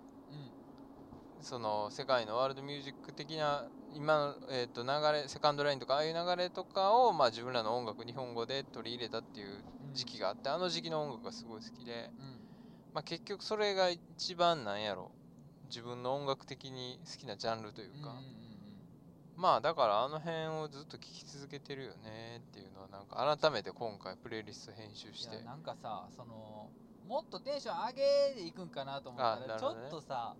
その世界のワールドミュージック的な今の、えー、と流れセカンドラインとかああいう流れとかを、まあ、自分らの音楽日本語で取り入れたっていうん時期があってあの時期の音楽がすごい好きで、うんまあ、結局それが一番なんやろ自分の音楽的に好きなジャンルというか、うんうんまあだからあの辺をずっと聴き続けてるよねっていうのはなんか改めて今回プレイリスト編集しうんていやなんかさそのもっとテンション上げでいくんかなと思ったあならるちほょどねっとさ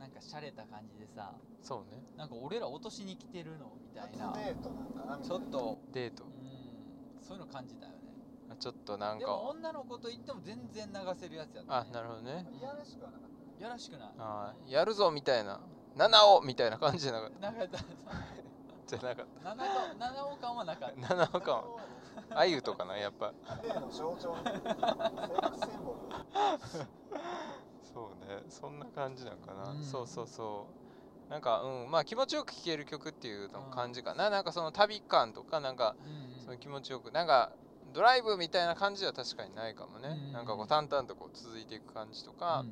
なんか洒落た感じでさそうねなんか俺ら落としに来てるのみたいなデートなんかなみたいなちょっとデートうんそういうの感じたよねあちょっとなんでかも女の子と言っても全然流せるやつやった、あね、なるほどねいやらしくはなかったねやらしくないあーやるぞみたいな七をみたいな感じじゃなかっなんかだたじゃなかっ七尾七尾感はなかったた七をかもあゆとかなやっぱ例の象 徴の性格シンボルそうねそんな感じなんかな、うんそうそうそうなんかうんまあ気持ちよく聴ける曲っていうの感じかななんかその旅感とかなんかうんうんその気持ちよくなんかドライブみたいな感じは確かにないかもね、うんなんかこう淡々とこう続いていく感じとか、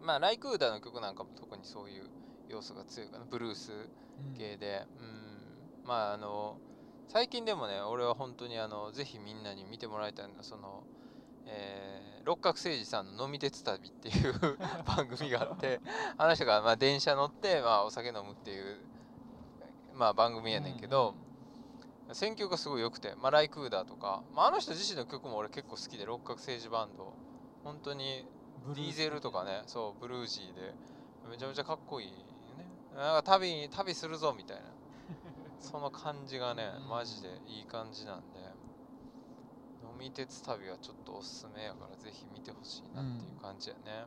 うんまあライクーダーの曲なんかも特にそういう要素が強いかなブルースうん系でうん、まああの最近でもね俺は本当にあのぜひみんなに見てもらいたいのがその、えー六角誠治さんの「飲み鉄旅」っていう番組があってあの人がまあ電車乗って、まあ、お酒飲むっていう、まあ、番組やねんけど、選曲がすごい良くて、まあ、ライクーダーとか、まあ、あの人自身の曲も俺結構好きで六角政治バンド本当にブルデーィスーゼルとかねそうブルージーでめちゃめちゃかっこいいねなんか旅に旅するぞみたい なその感じがねうんマジでいい感じなんで飲み鉄旅はちょっとおすすめやからぜひ見てほしいなっていう感じやね、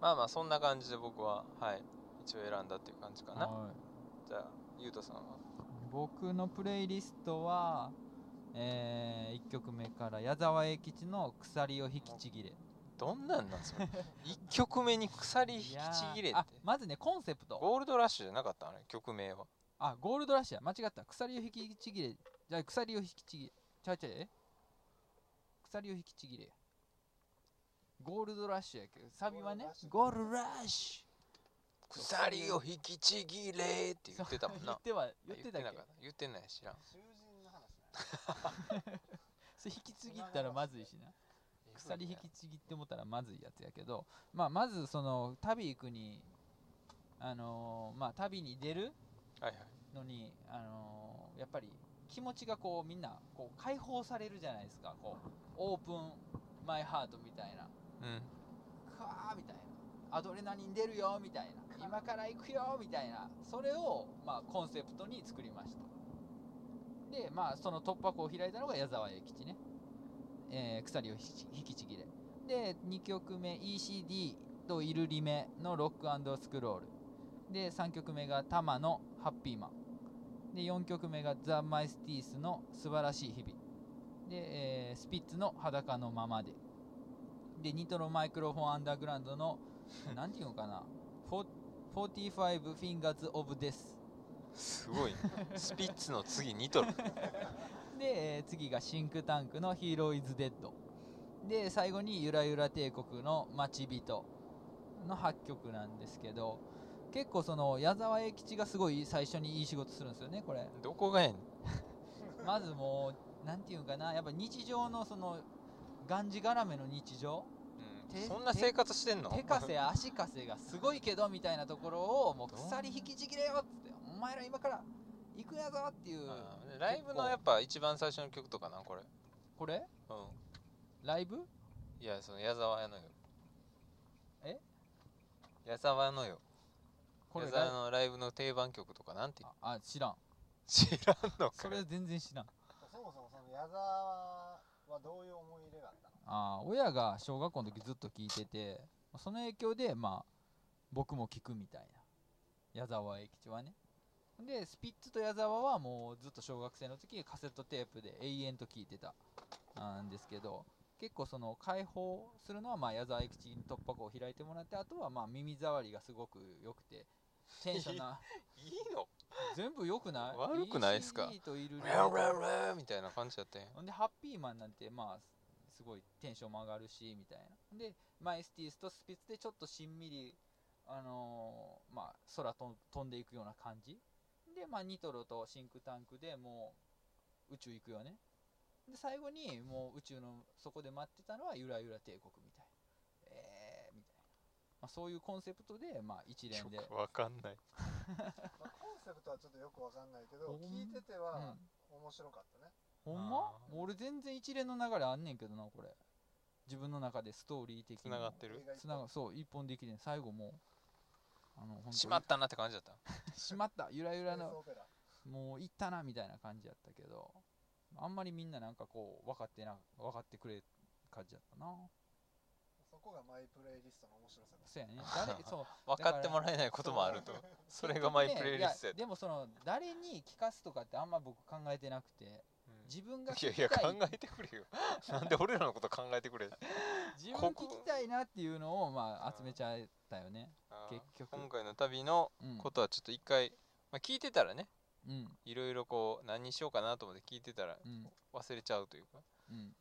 まあまあそんな感じで僕ははい一応選んだっていう感じかなはいじゃあゆうたさんは僕のプレイリストは、え1曲目から矢沢永吉の「鎖を引きちぎれ」どんなんなん それ一曲目に鎖引きちぎれいっやーてあまずねコンセプトゴールドラッシュじゃなかったのね曲名はあゴールドラッシュや間違った鎖を引きちぎれじゃあ鎖を引きちぎれちゃうちゃうえ鎖を引きちぎれゴールドラッシュやけどサビはねゴゴールドラッシ鎖を引きちぎれって言ってたもんなュ言あっては 言ってたなかっけった言ってない知らん囚人の話ねそれ引きちぎったらまずいしな鎖引ききちぎってもたらまずいやつやけど、まあ、まずその旅行くに、あのーまあ、旅に出るはいはいのに、あのーやっぱり気持ちがこうみんなこう解放されるじゃないですかこうオープンマイハートみたいなうんカーみたいなアドレナリン出るよみたいな今から行くよみたいなそれを、まあ、コンセプトに作りましたでまあその突破口を開いたのが矢沢永吉ね、えー鎖を引きち引きちぎれで2曲目 ECD とイルリメのロックスクロールで3曲目がタマのハッピーマンで4曲目がザ・マイスティースの素晴らしい日々で、えースピッツの裸のままででニトロマイクロフォンアンダーグラウンドの なんていうのかなフォ45 Fingers of Death すごいねスピッツの次ニトロで、えー次がシンクタンクの Hero is Dead で最後にゆらゆら帝国の待ち人の8曲なんですけど結構その矢沢永吉がすごい最初にいい仕事するんですよねこれどこがやねんまずもうなんていうんかなやっぱ日常のそのがんじがらめの日常うんてそんな生活してんの手稼 い足稼いがすごいけどみたいなところをもうどう鎖引きちぎれよっつってお前ら今から行くやぞっていうあーライブ結の構やっぱ一番最初の曲とかなこれこれうんライブいやその矢沢やのよえ矢沢のよこれ矢ライ沢のライブの定番曲とかなんて言うああ知らん知らんのかそよれ全然知らんそもそもその矢沢はどういう思い入れがあったのあー親が小学校の時ずっと聞いててその影響でまあ僕も聞くみたいな矢沢永吉はねでスピッツと矢沢はもうずっと小学生の時カセットテープで永遠と聞いてたあーんですけど結構その解放するのはまあ矢沢永吉に突破口を開いてもらってあとはまあ耳障りがすごく良くてテンショ ンないいの全部良くない悪くないっすか ECD といるウェウェウェみたいな感じだったんやほんでハッピーマンなんてまあすごいテンションも上がるしみたいなでマイスティースとスピッツでちょっとしんみりあのーまあ空とん飛んでいくような感じでまあニトロとシンクタンクでもう宇宙行くよねで最後にもう宇宙のそこで待ってたのはゆらゆら帝国みたいなえーみたいな、まあ、そういうコンセプトでまあ一連で曲わかんないまあコンセプトはちょっとよくわかんないけどほん聞いててうんは面白かったね、ほんまあー俺全然一連の流れあんねんけどなこれ自分の中でストーリー的つになもがってる映画一本つながそう一本できてん最後もうあの本当にしまったなって感じだったしまったゆらゆスらペースのオペラもう行ったなみたいな感じやったけどあんまりみんななんかこう分かってな分かってくれる感じやったなそこがマイプレイリストの面白さですそうやね 誰そう分かってもらえないこともある とそれがマイプレイリストやねいやでもその誰に聞かすとかってあんま僕考えてなくてうん自分がい聞やきいたやい考えてくれよなんで俺らのこと考えてくれ自分聞ここきたいなっていうのをまあうん集めちゃえたよねあー結局今回の旅のうんことはちょっと一回、まあ、聞いてたらねうんいろいろこう何にしようかなと思って聞いてたらうん忘れちゃうというかうん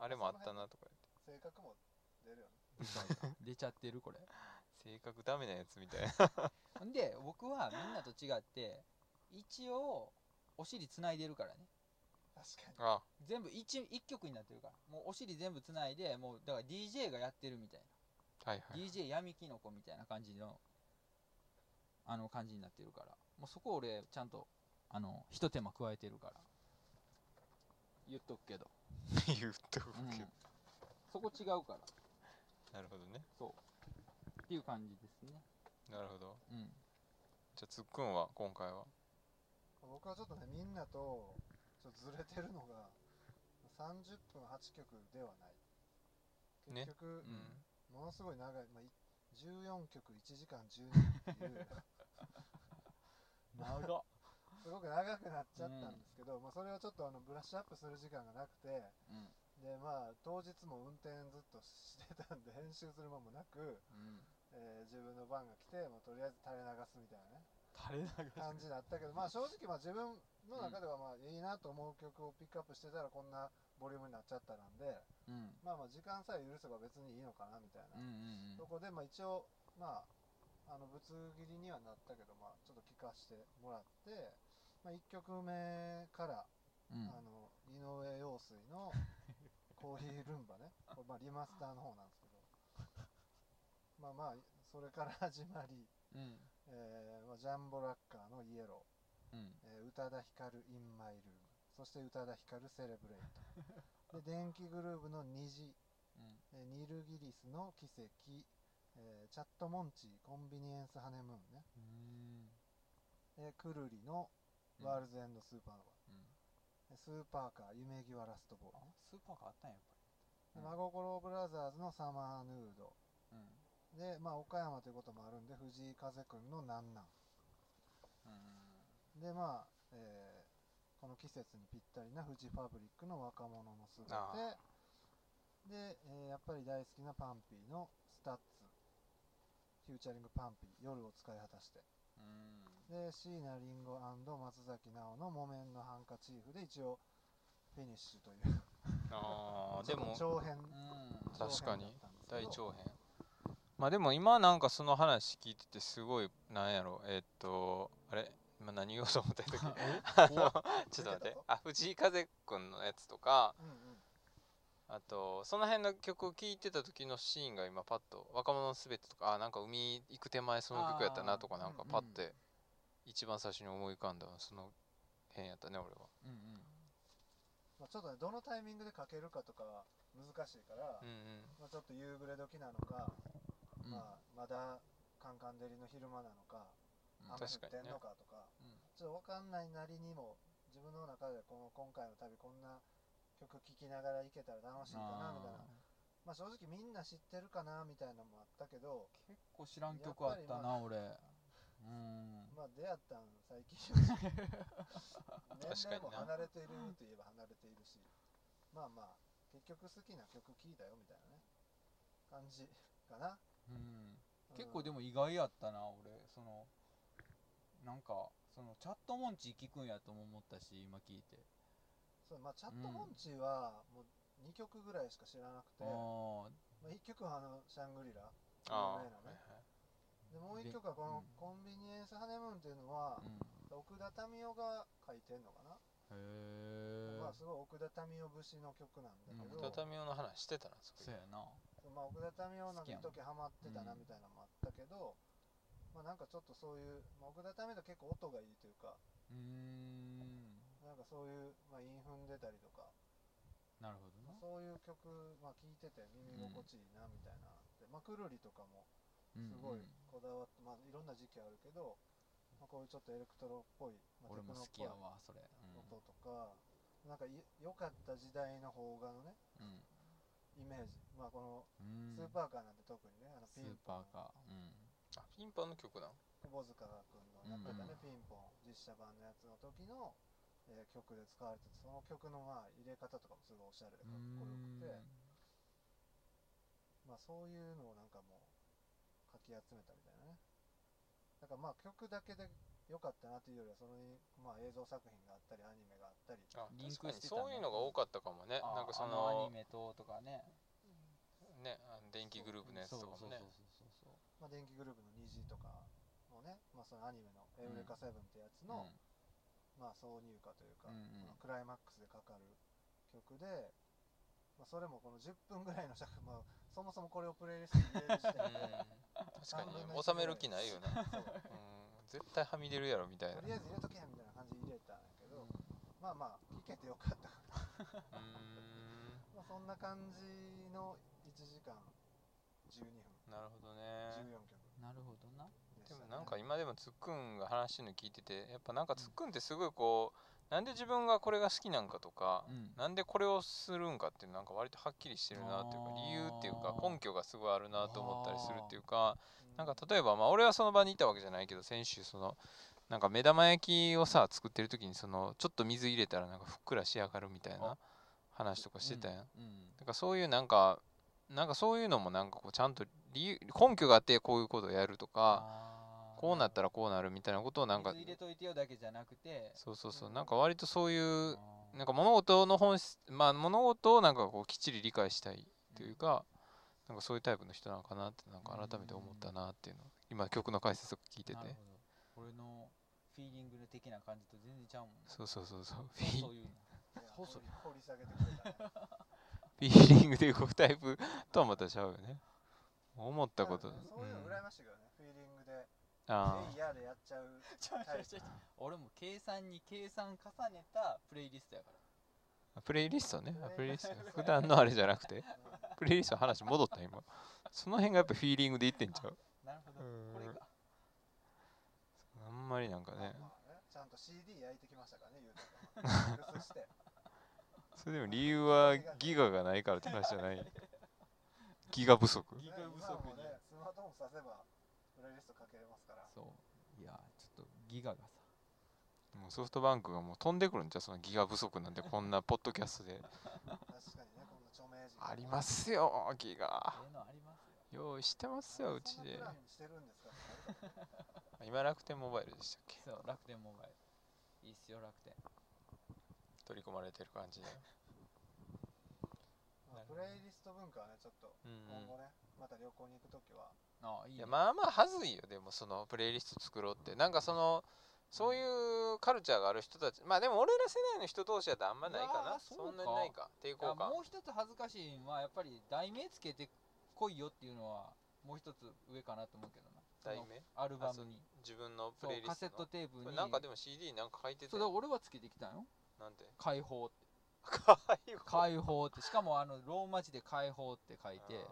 あれもあったなとか性格も出るよね出ちゃってるこれ言って性格 ダメなやつみたいなほんで僕はみんなと違って一応お尻つないでるからね確かにあ全部一一曲になってるからもうお尻全部つないでもうだから DJ がやってるみたいはいはな、い DJ 闇キノコみたいな感じのあの感じになってるからもうそこ俺ちゃんとあの一手間加えてるから言っとくけど、言うとくうんけど、そこ違うからなるほどねっていう感じですねなるほどうんじゃあつっくんは今回は僕はちょっとねみんなとちょっとずれてるのが30分8曲ではないね結局、うん、ものすごい長い、まあ、い14曲1時間12っていう 長っ、すごく長くなっちゃったんですけど、まあ、それをちょっとあのブラッシュアップする時間がなくてうんで、まあ、当日も運転ずっとしてたんで編集する間もなく、うん、えー自分の番が来て、まあ、とりあえず垂れ流すみたいなね垂れ流し感じだったけど、まあ、正直まあ自分の中ではまあいいなと思う曲をピックアップしてたらこんなボリュームになっちゃったなんで、うんうんまあ、まあ時間さえ許せば別にいいのかなみたいうんうんなそこでまあ一応まああのぶつ切りにはなったけど、まあ、ちょっと聞かせてもらって、まあ、1曲目から、うんあの井上陽水の コーヒールンバねこれまあリマスターの方なんですけどまあまあそれから始まり、うんえーまあ、ジャンボラッカーのイエロうんー、えー宇多田ヒカルインマイルームそして宇多田ヒカルセレブレイ トで電気グルーヴの虹うんえーニル・ギリスの奇跡、えーチャット・モンチーコンビニエンス・ハネムーンね、うんえークルリのうんワールズ・エンド・スーパーノうんヴァ、スーパーカー夢際ラストボールあ、スーパーがあったんややっでうん真心ブラザーズのサマーヌードぱりで、まあ、岡山ということもあるんで藤井風くんのなんなんうんでまあ、えーこの季節にぴったりなフジファブリックの若者の姿ああで、えーやっぱり大好きなパンピーのスタッツフューチャリングパンピー夜を使い果たしてうんで椎名林檎松崎直の木綿のハンカチーフで一応フィニッシュというあ ーでも長編うん確かに大長編だったんですけど長編まあでも今なんかその話聞いててすごいなんやろえっとあれ今何言おうと思った時 あのちょっと待ってあ藤井風くんのやつとかうんうんあとその辺の曲を聴いてた時のシーンが今パッと「若者のすべて」とかあなんか海行く手前その曲やったなとかあーなんかうんパッて一番最初に思い浮かんだのはその辺やったね俺はうんうんまあ、ちょっとねどのタイミングでかけるかとかは難しいから、うんうんまあ、ちょっと夕暮れ時なのか、うんまあ、まだカンカン照りの昼間なのかうん雨降確っかにてんねのかとかうんちょっと分かんないなりにも自分の中でこの今回の旅こんな曲聴きながら行けたら楽しいかなみたいなあまあ正直みんな知ってるかなみたいなのもあったけど ー結構知らん曲あったやっぱりまな俺うんまあ出会ったん最近やし確か年齢もにな離れているといえば離れているしまあまあ結局好きな曲聴いたよみたいなね感じかな、うん結構でも意外やったな俺そのなんかそのチャットモンチー聞くんやとも思ったし今聞いてそうまあチャットモンチーはもう2曲ぐらいしか知らなくて、あーまあ、1曲はあのシャングリラあ有名なねあでもう1で曲はこのうん「コンビニエンスハネムーン」っていうのはうん奥田民生が書いてんのかな、へえまあすごい奥田民生節の曲なんだけうんど、畳用の話してたなそそうういやうなまあ、奥田民生の時ハマってたなうんみたいなのもあったけど、まあなんかちょっとそういう、まあ、奥田民生と結構音がいいというかうーんなんかそういう、まあ、韻踏んでたりとか、なるほどなそういう曲まあ、聴いてて耳心地いいなみたいなで、まあくるりとかもうんすごういんこだわって、まあいろんな時期あるけど、まあ、こういうちょっとエレクトロっぽい、まあ、俺も好きテやクノわっそれぽい音とか、なんかい良かった時代の邦画のねうんうんイメージまあこのうんスーパーカーなんて特にねあのスピーンポパンーか。うん。あピンパンの曲なの窪塚君のやってたね、うんピンポン実写版のやつの時の、えー曲で使われててその曲のまあ入れ方とかもすごいおしゃれでかっこよくて、まあ、そういうのをなんかもうかき集めたみたいなねだからまあ曲だけで良かったなというよりはそれにまあ映像作品があったりアニメがあったりあリンク確かにしてたそうねいうのが多かったかもねあなんかそあアのニメととかね。ねあの電気グループのやつとかもねそうそうそうそうまあ、電気グループの虹とかもね、まあ、そのアニメの「エウレカセブン」ってやつそう。の、まあ、挿入歌といううか、んうんこのクライマックスでかかる曲で、まあ、それもこの10分ぐらいの尺、まあ、そもそもこれをプレイリストに入れる時点うんで、確かに収める気ないよな、そううん、絶対はみ出るやろみた いなとりあえず入れとけみたいな感じで入れたんやけど、まあまあ聴けてよかったかなうーんまあそんな感じの1時間12分なるほど14ね曲なるほどなでしでた、もね、なんか今でもツックンが話してるの聞いててやっぱなんかツックンってすごいこうなんで自分がこれが好きなんかとか、うんなんでこれをするんかっていうのなんか割とはっきりしてるなっていうかあー理由っていうか根拠がすごいあるなと思ったりするっていうかなんか例えばまあ俺はその場にいたわけじゃないけど先週そのなんか目玉焼きをさ作ってる時にそのちょっと水入れたらなんかふっくら仕上がるみたいなあ話とかしてたやん。うんだからそういうなんかなんかそういうのもなんかこうちゃんと理由根拠があってこういうことをやるとかあーこうなったらこうなるみたいなことをなんか水入れといてよだけじゃなくてそうそうそううんなんか割とそういうあーなんか物事の本質まあ物事をなんかこうきっちり理解したいというか、なんかそういうタイプの人なのかなってなんか改めて思ったなっていうの今曲の解説を聞いててなるほど俺のフィーリング的な感じと全然ちゃうもんそうそうそうそうフそィ うそういうのいやそ掘うそうり掘り下げてくれたねフィーリングで動くタイプとはまたちゃうよね思ったこと、だからねそうういうの羨ん、ましいけどね、フィーリングで、あえいやでやっちゃう。ちょちょちょちょ俺も計算に計算重ねたプレイリストやからあプレイリストねあプレイリストそう普段のあれじゃなくてプレイリストの話戻った今その辺がやっぱフィーリングでいってんちゃうなるほどうんこれがあんまりなんかう んねまあまあねちゃんと CD 焼いてきましたからね、ゆうた くんはそして、それでも理由はギガがないからって話じゃないギガ不足ギねガ不今は足もうにね、スマートフォンさせば、プレイリストかけれますから。そういやちょっとギガがさもうソフトバンクがもう飛んでくるんじゃうそのギガ不足なんてこんなポッドキャストで確かにね、こんな著名人。ありますよギガええのありますよ用意してますようちそんなでプランしてるんですか今楽天モバイルでしたっけそう楽天モバイルいいっすよ楽天取り込まれてる感じでまあプレイリスト文化はね、ちょっとうん今後ね、また旅行に行くときは、ああいいいねやまあまあはずいよでもそのプレイリスト作ろうってなんかそのそういうカルチャーがある人たちまあでも俺ら世代の人同士だとあんまないかうわなーそそうんなにないか抵抗あ感もう一つ恥ずかしいのはやっぱり題名つけてこいよっていうのはもう一つ上かなと思うけどなそ題の名アルバムに自分のプそうレイリカスセットトのテープそれになんかでも CD なんか書いてそたうだよから俺はつけてきたんよなんて解放って かわいいわ解放ってしかもあのローマ字で解放って書いてあ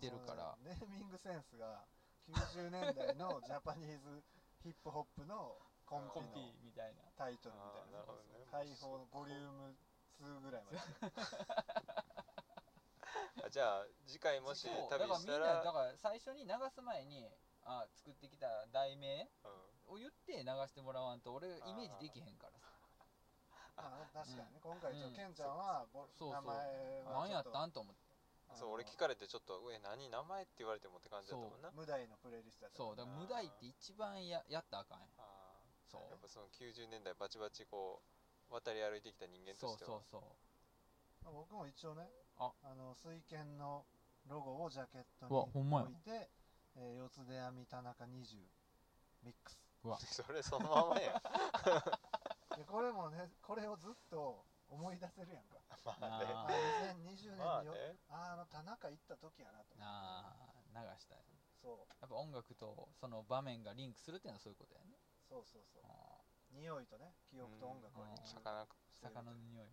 ー来てるからそのねネーミングセンスが90年 代のジャパニーズヒップホップのコンコンピピのみたいなタイトルみたいあーななるほどね解放のボリューム2ぐらいまであじゃあ次回もしそうだ旅からしみんたならだから最初に流す前にあ作ってきた題名うんを言って流してもらわんと俺イメージできへんからさあ確かにね今回ちょっうんとケンちゃんはボそうそう名前は何やったんんと思ってそう俺聞かれてちょっと「え何名前?」って言われてもって感じだったもんな無題のプレイリストやったそうだから無題って一番ややったらあかんやんあそうーやっぱその90年代バチバチこう渡り歩いてきた人間とそうしてそうはそうまあ僕も一応ねああの水剣のロゴをジャケットうわほんまやに置いて、えー四つ出編み田中20ミックス それそのま まやんでこれもねこれをずっと思い出せるやんかまあねああー2020年によ、まああねあーあの田中行った時やなとあー流したいそうやっぱ音楽とその場面がリンクするっていうのはそういうことやねそうそうそうあ匂いとね記憶と音楽をうんリンクしてる魚くー魚の匂い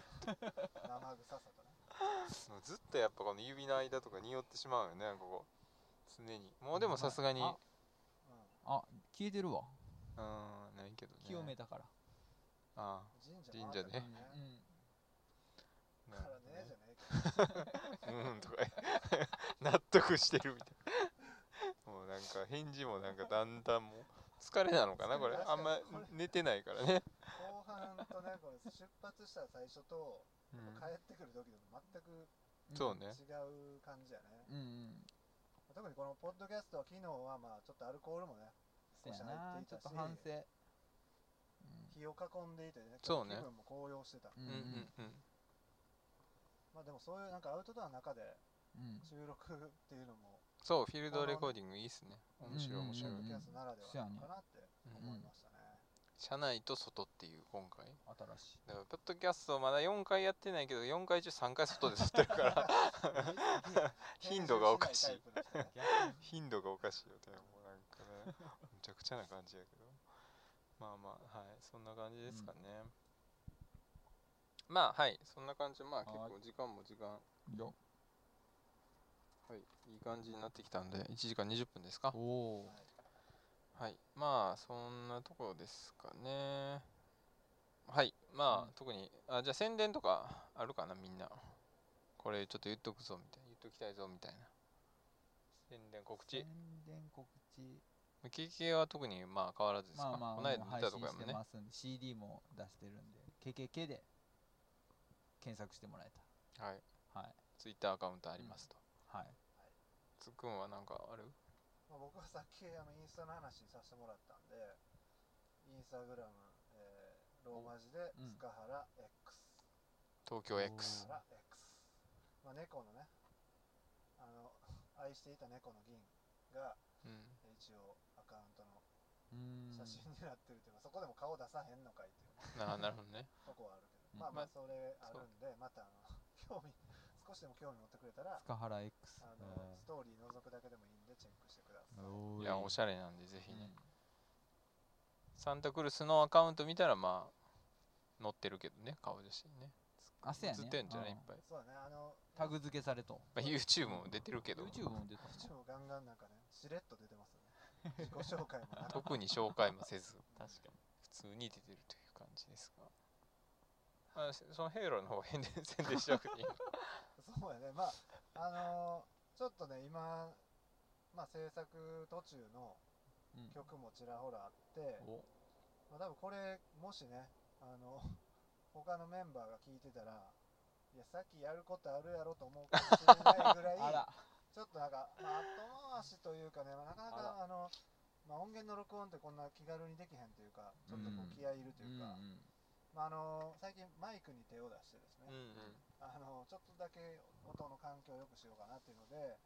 生臭さとねんずっとやっぱこの指の間とか匂ってしまうよねここ常にもうでもさすがにあううあ消えてるわんないけどね清めたから、あん神社神社でだえうんかうんあらねじゃねえけうんとか納得してるみたいなもうなんか返事もなんかだんだんもう疲れなのかなこれ確あかんにまこれ寝てないからねど後半とねこれ出発した最初とうん帰ってくる時でも全くそうね違う感じやね、うんうん特にこのポッドキャストは昨日はまあちょっとアルコールもねそうや少し入なっていちょたっしと反省、うん日を囲んでいてねそうね気分も高揚してた、ううんんううんんうんまあでもそういうなんかアウトドアの中でうん収録っていうのもそうフィールドレコーディングいいっすね面白い面ポ白いッドキャストならではなのかなってうん思いましたね、車内と外っていう今回新しいだからポッドキャストまだ4回やってないけど4回中3回外で撮ってるから頻度がおかしい頻度がおかしいよでもなんかねむちゃくちゃな感じやけどまあまあはいそんな感じですかね、まあはいそんな感じまあ結はい構時間も時間はよいいい感じになってきたんで1時間20分ですかおおはいまあそんなところですかねはいまあ、うん特にあじゃあ宣伝とかあるかなみんなこれちょっと言っとくぞみたいな言っときたいぞみたいな宣伝告知宣伝告知経験は特にまあ変わらずですか、まあまあこの間もう見配た信とこやしもんてねますんで CD も出してるんで KKK で検索してもらえはいたはいツイッターアカウントありますと、はいつっくんはなんかあるまあ僕はさっきあのインスタの話させてもらったんでインスタグラム、えーローマ字でうん塚原 X、東京 X 塚原 X、まあ、猫のねあの愛していた猫の銀がうんえー一応アカウントのうーん写真になってるというか、そこでも顔出さへんのかいっていうああなるほど ねとこはあるけうんど、ままあまあそれあるんでまたあの 興味少しでも興味持ってくれたらあ塚原 X の、ストーリー覗くだけでもいいんでチェックしてください、いやおしゃゃれなんでぜひね、サンタクルスのアカウント見たらまあ載ってるけどね顔写真ねあそうやね映ってんじゃないいっうんぱい、そうだねあのタグ付けされとまあ、YouTube も出てるけど YouTube も出たこっちもガンガンなんかねしれっと出てますよね 自己紹介もなく特に紹介もせず確かに普通に出てるという感じですがあそのヘイローの方変電宣伝しなくていい のそうやねまああのーちょっとね今まあ制作途中のうん曲もちらほらあって、おまあ、多分これもしねあの他のメンバーが聞いてたらいやさっきやることあるやろと思うかもしれないぐらい あらちょっとなんか、まあ、後回しというかね、まあ、なかなあかあの、まあ、音源の録音ってこんな気軽にできへんというかちょっとこうんう気合いいるとういうんか、うんまあ、あの最近マイクに手を出してですね、うんうんあのちょっとだけ音の環境を良くしようかなっていうので、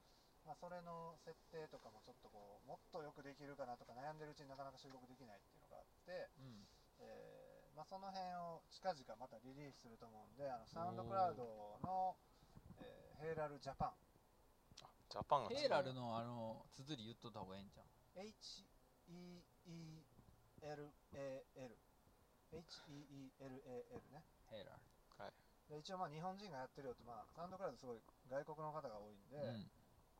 まあ、それの設定とかもちょっとこうもっとよくできるかなとか悩んでるうちになかなか収録できないっていうのがあって、うんえーまあ、その辺を近々またリリースすると思うんであのサウンドクラウドの、えーヘイラルジャパンジャパンがヘイラルのあの綴り言っとった方がええんじゃん HEELAL HEELAL ねヘイラで一応まあ日本人がやってるよと、まあ、サウンドクラウドすごい外国の方が多いんで、ルうん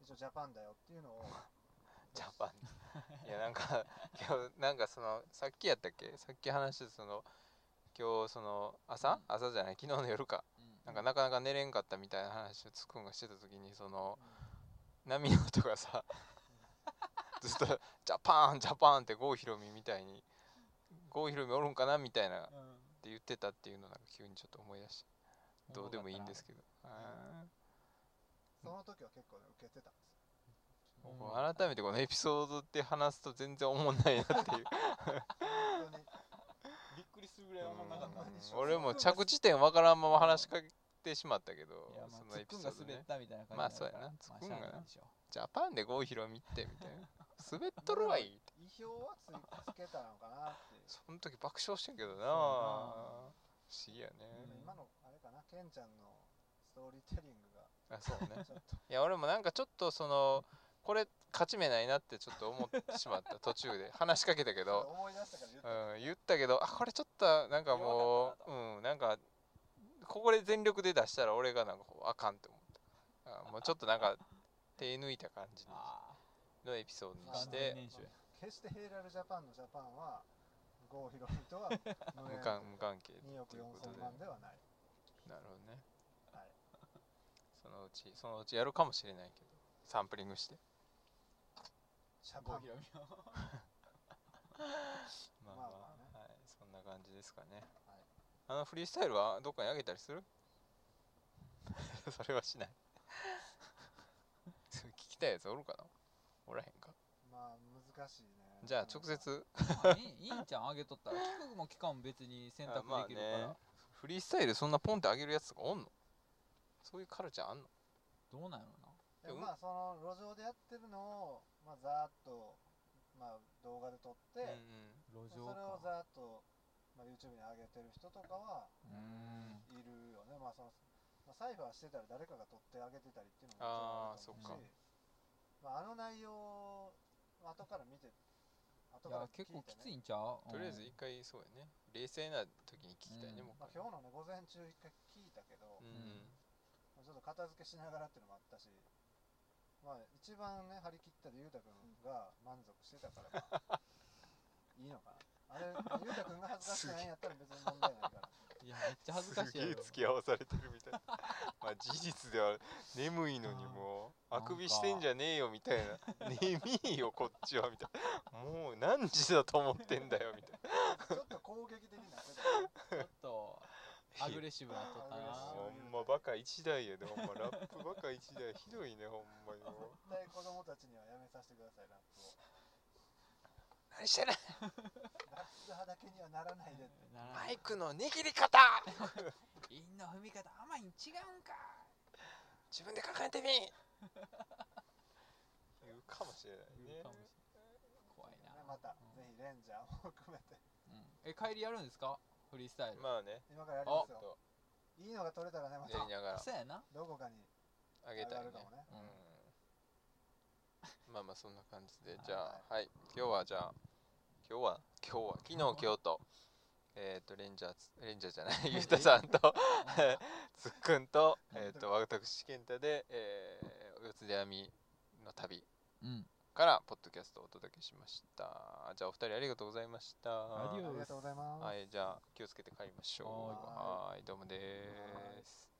一応ジャパンだよっていうのを ジャパンいやなんか 今日なんかそのさっきやったっけさっき話したその今日その朝、朝じゃない昨日の夜かうんなんかなかなか寝れんかったみたいな話をつっくんがしてた時にその波の音がさずっと「ジャパンジャパン」って郷ひろみみたいに郷ひろみおるんかなみたいなってうんうん言ってたっていうのなんか急にちょっと思い出してどうでもいいんですけどあその時は結構ね受けてたんですよーうんもう改めてこのエピソードって話すと全然おもんないなっていう本当にびっくりするぐうん俺も着地点わからんまま話しかけてしまったけいやどまそあのツエッピコンソがード滑っねたみたいな感じまあそうやなやツッコんがなでしょ「ジャパンで郷ひろみって」みたいな滑っとるわい意表はつつけたのかなっていうその時爆笑してんけどなや不な思議やね、うん今のあれかなケンちゃんのストーリーテリングがあそうねちょっといや俺もなんかちょっとそのこれ勝ち目ないなってちょっと思ってしまった途中で話しかけたけど、思い出したから言ったうん、言ったけどあこれちょっとなんかもううんなんかここで全力で出したら俺がなんかこうあかんって思ったあもうちょっとなんか手抜いた感じあのエピソードあにし完全完て燃焼や決してヘイラルジャパンのジャパンは郷ひろみとは無無縁関無関係2億ということで4000万ではないなるほどねはいそのうちそのうちやるかもしれないけどサンプリングしてジャパンろみをまあままああ、はい、そんな感じですかね、はいあのフリースタイルはどっかにあげたりする それはしない それ聞きたいやつおるかなおらへんかまあ難しいねじゃあ直接あいいいいんちゃんあげとったら聞くも聞かんも別に選択あまあできるから、ねフリースタイルそんなポンってあげるやつとかおんのそういうカルチャーあんのどうなんやろでもまあその路上でやってるのを、まあ、ざーっとまあ、動画で撮って、うんうん路それ上かをざーっと、まあ、YouTube に上げてる人とかはうーんいるよね、まあそのまあ、サイファーしてたら誰かが撮ってあげてたりっていうのもあーもそっかまあ、あの内容を後から見て後いからや聞結いて、ね構きついんちゃうとりあえず一回そうやね冷静な時に聞きたいね、うん僕まあ、今日のね午前中一回聞いたけど、うんまあちょっと片付けしながらっていうのもあったし、まあ、一番ね張り切ったで裕太君が満足してたから、まあいいのかなあれ裕太君が恥ずかしくないんやったら別に問題ないからいやめっちゃ恥ずかしいすやげえろ付き合わされてるみたい なまあ事実では眠いのにもうあーあくびしてんじゃねえよみたいな眠いよこっちはみたいなもう何時だと思ってんだよみたいちょっと攻撃的になってたよねちょっとなアグレッシブなとったいやなほんまバカ一台やでほんまラップバカ一台ひどいねほんまにもう絶対子供たちにはやめさせてくださいラップを何してるラップ派だけにはならないでってならマイクの握り方インの踏み方甘いん違うんか自分で考えてみ言うかもしれない言うねかもしれない怖いねなまたうんぜひレンジャーも含めてうんえ帰りやるんですかフリースタイルまあね今からやりますちょっよといいのが取れたらねまやたりながらそうやなどこかにあげた上いねがるかもねうんうんまあまあそんな感じではいじゃあはい今日はじゃあ今日は今日は昨日今日とえっ、とレンジャーズレンジャーじゃないゆうたさん とつっくんとえっ、と私健太で、えー、四つ出編みの旅うんからポッドキャストをお届けしましたじゃあお二人ありがとうございましたアディオありがとうございますはいじゃあ気をつけて帰りましょうははいどうもです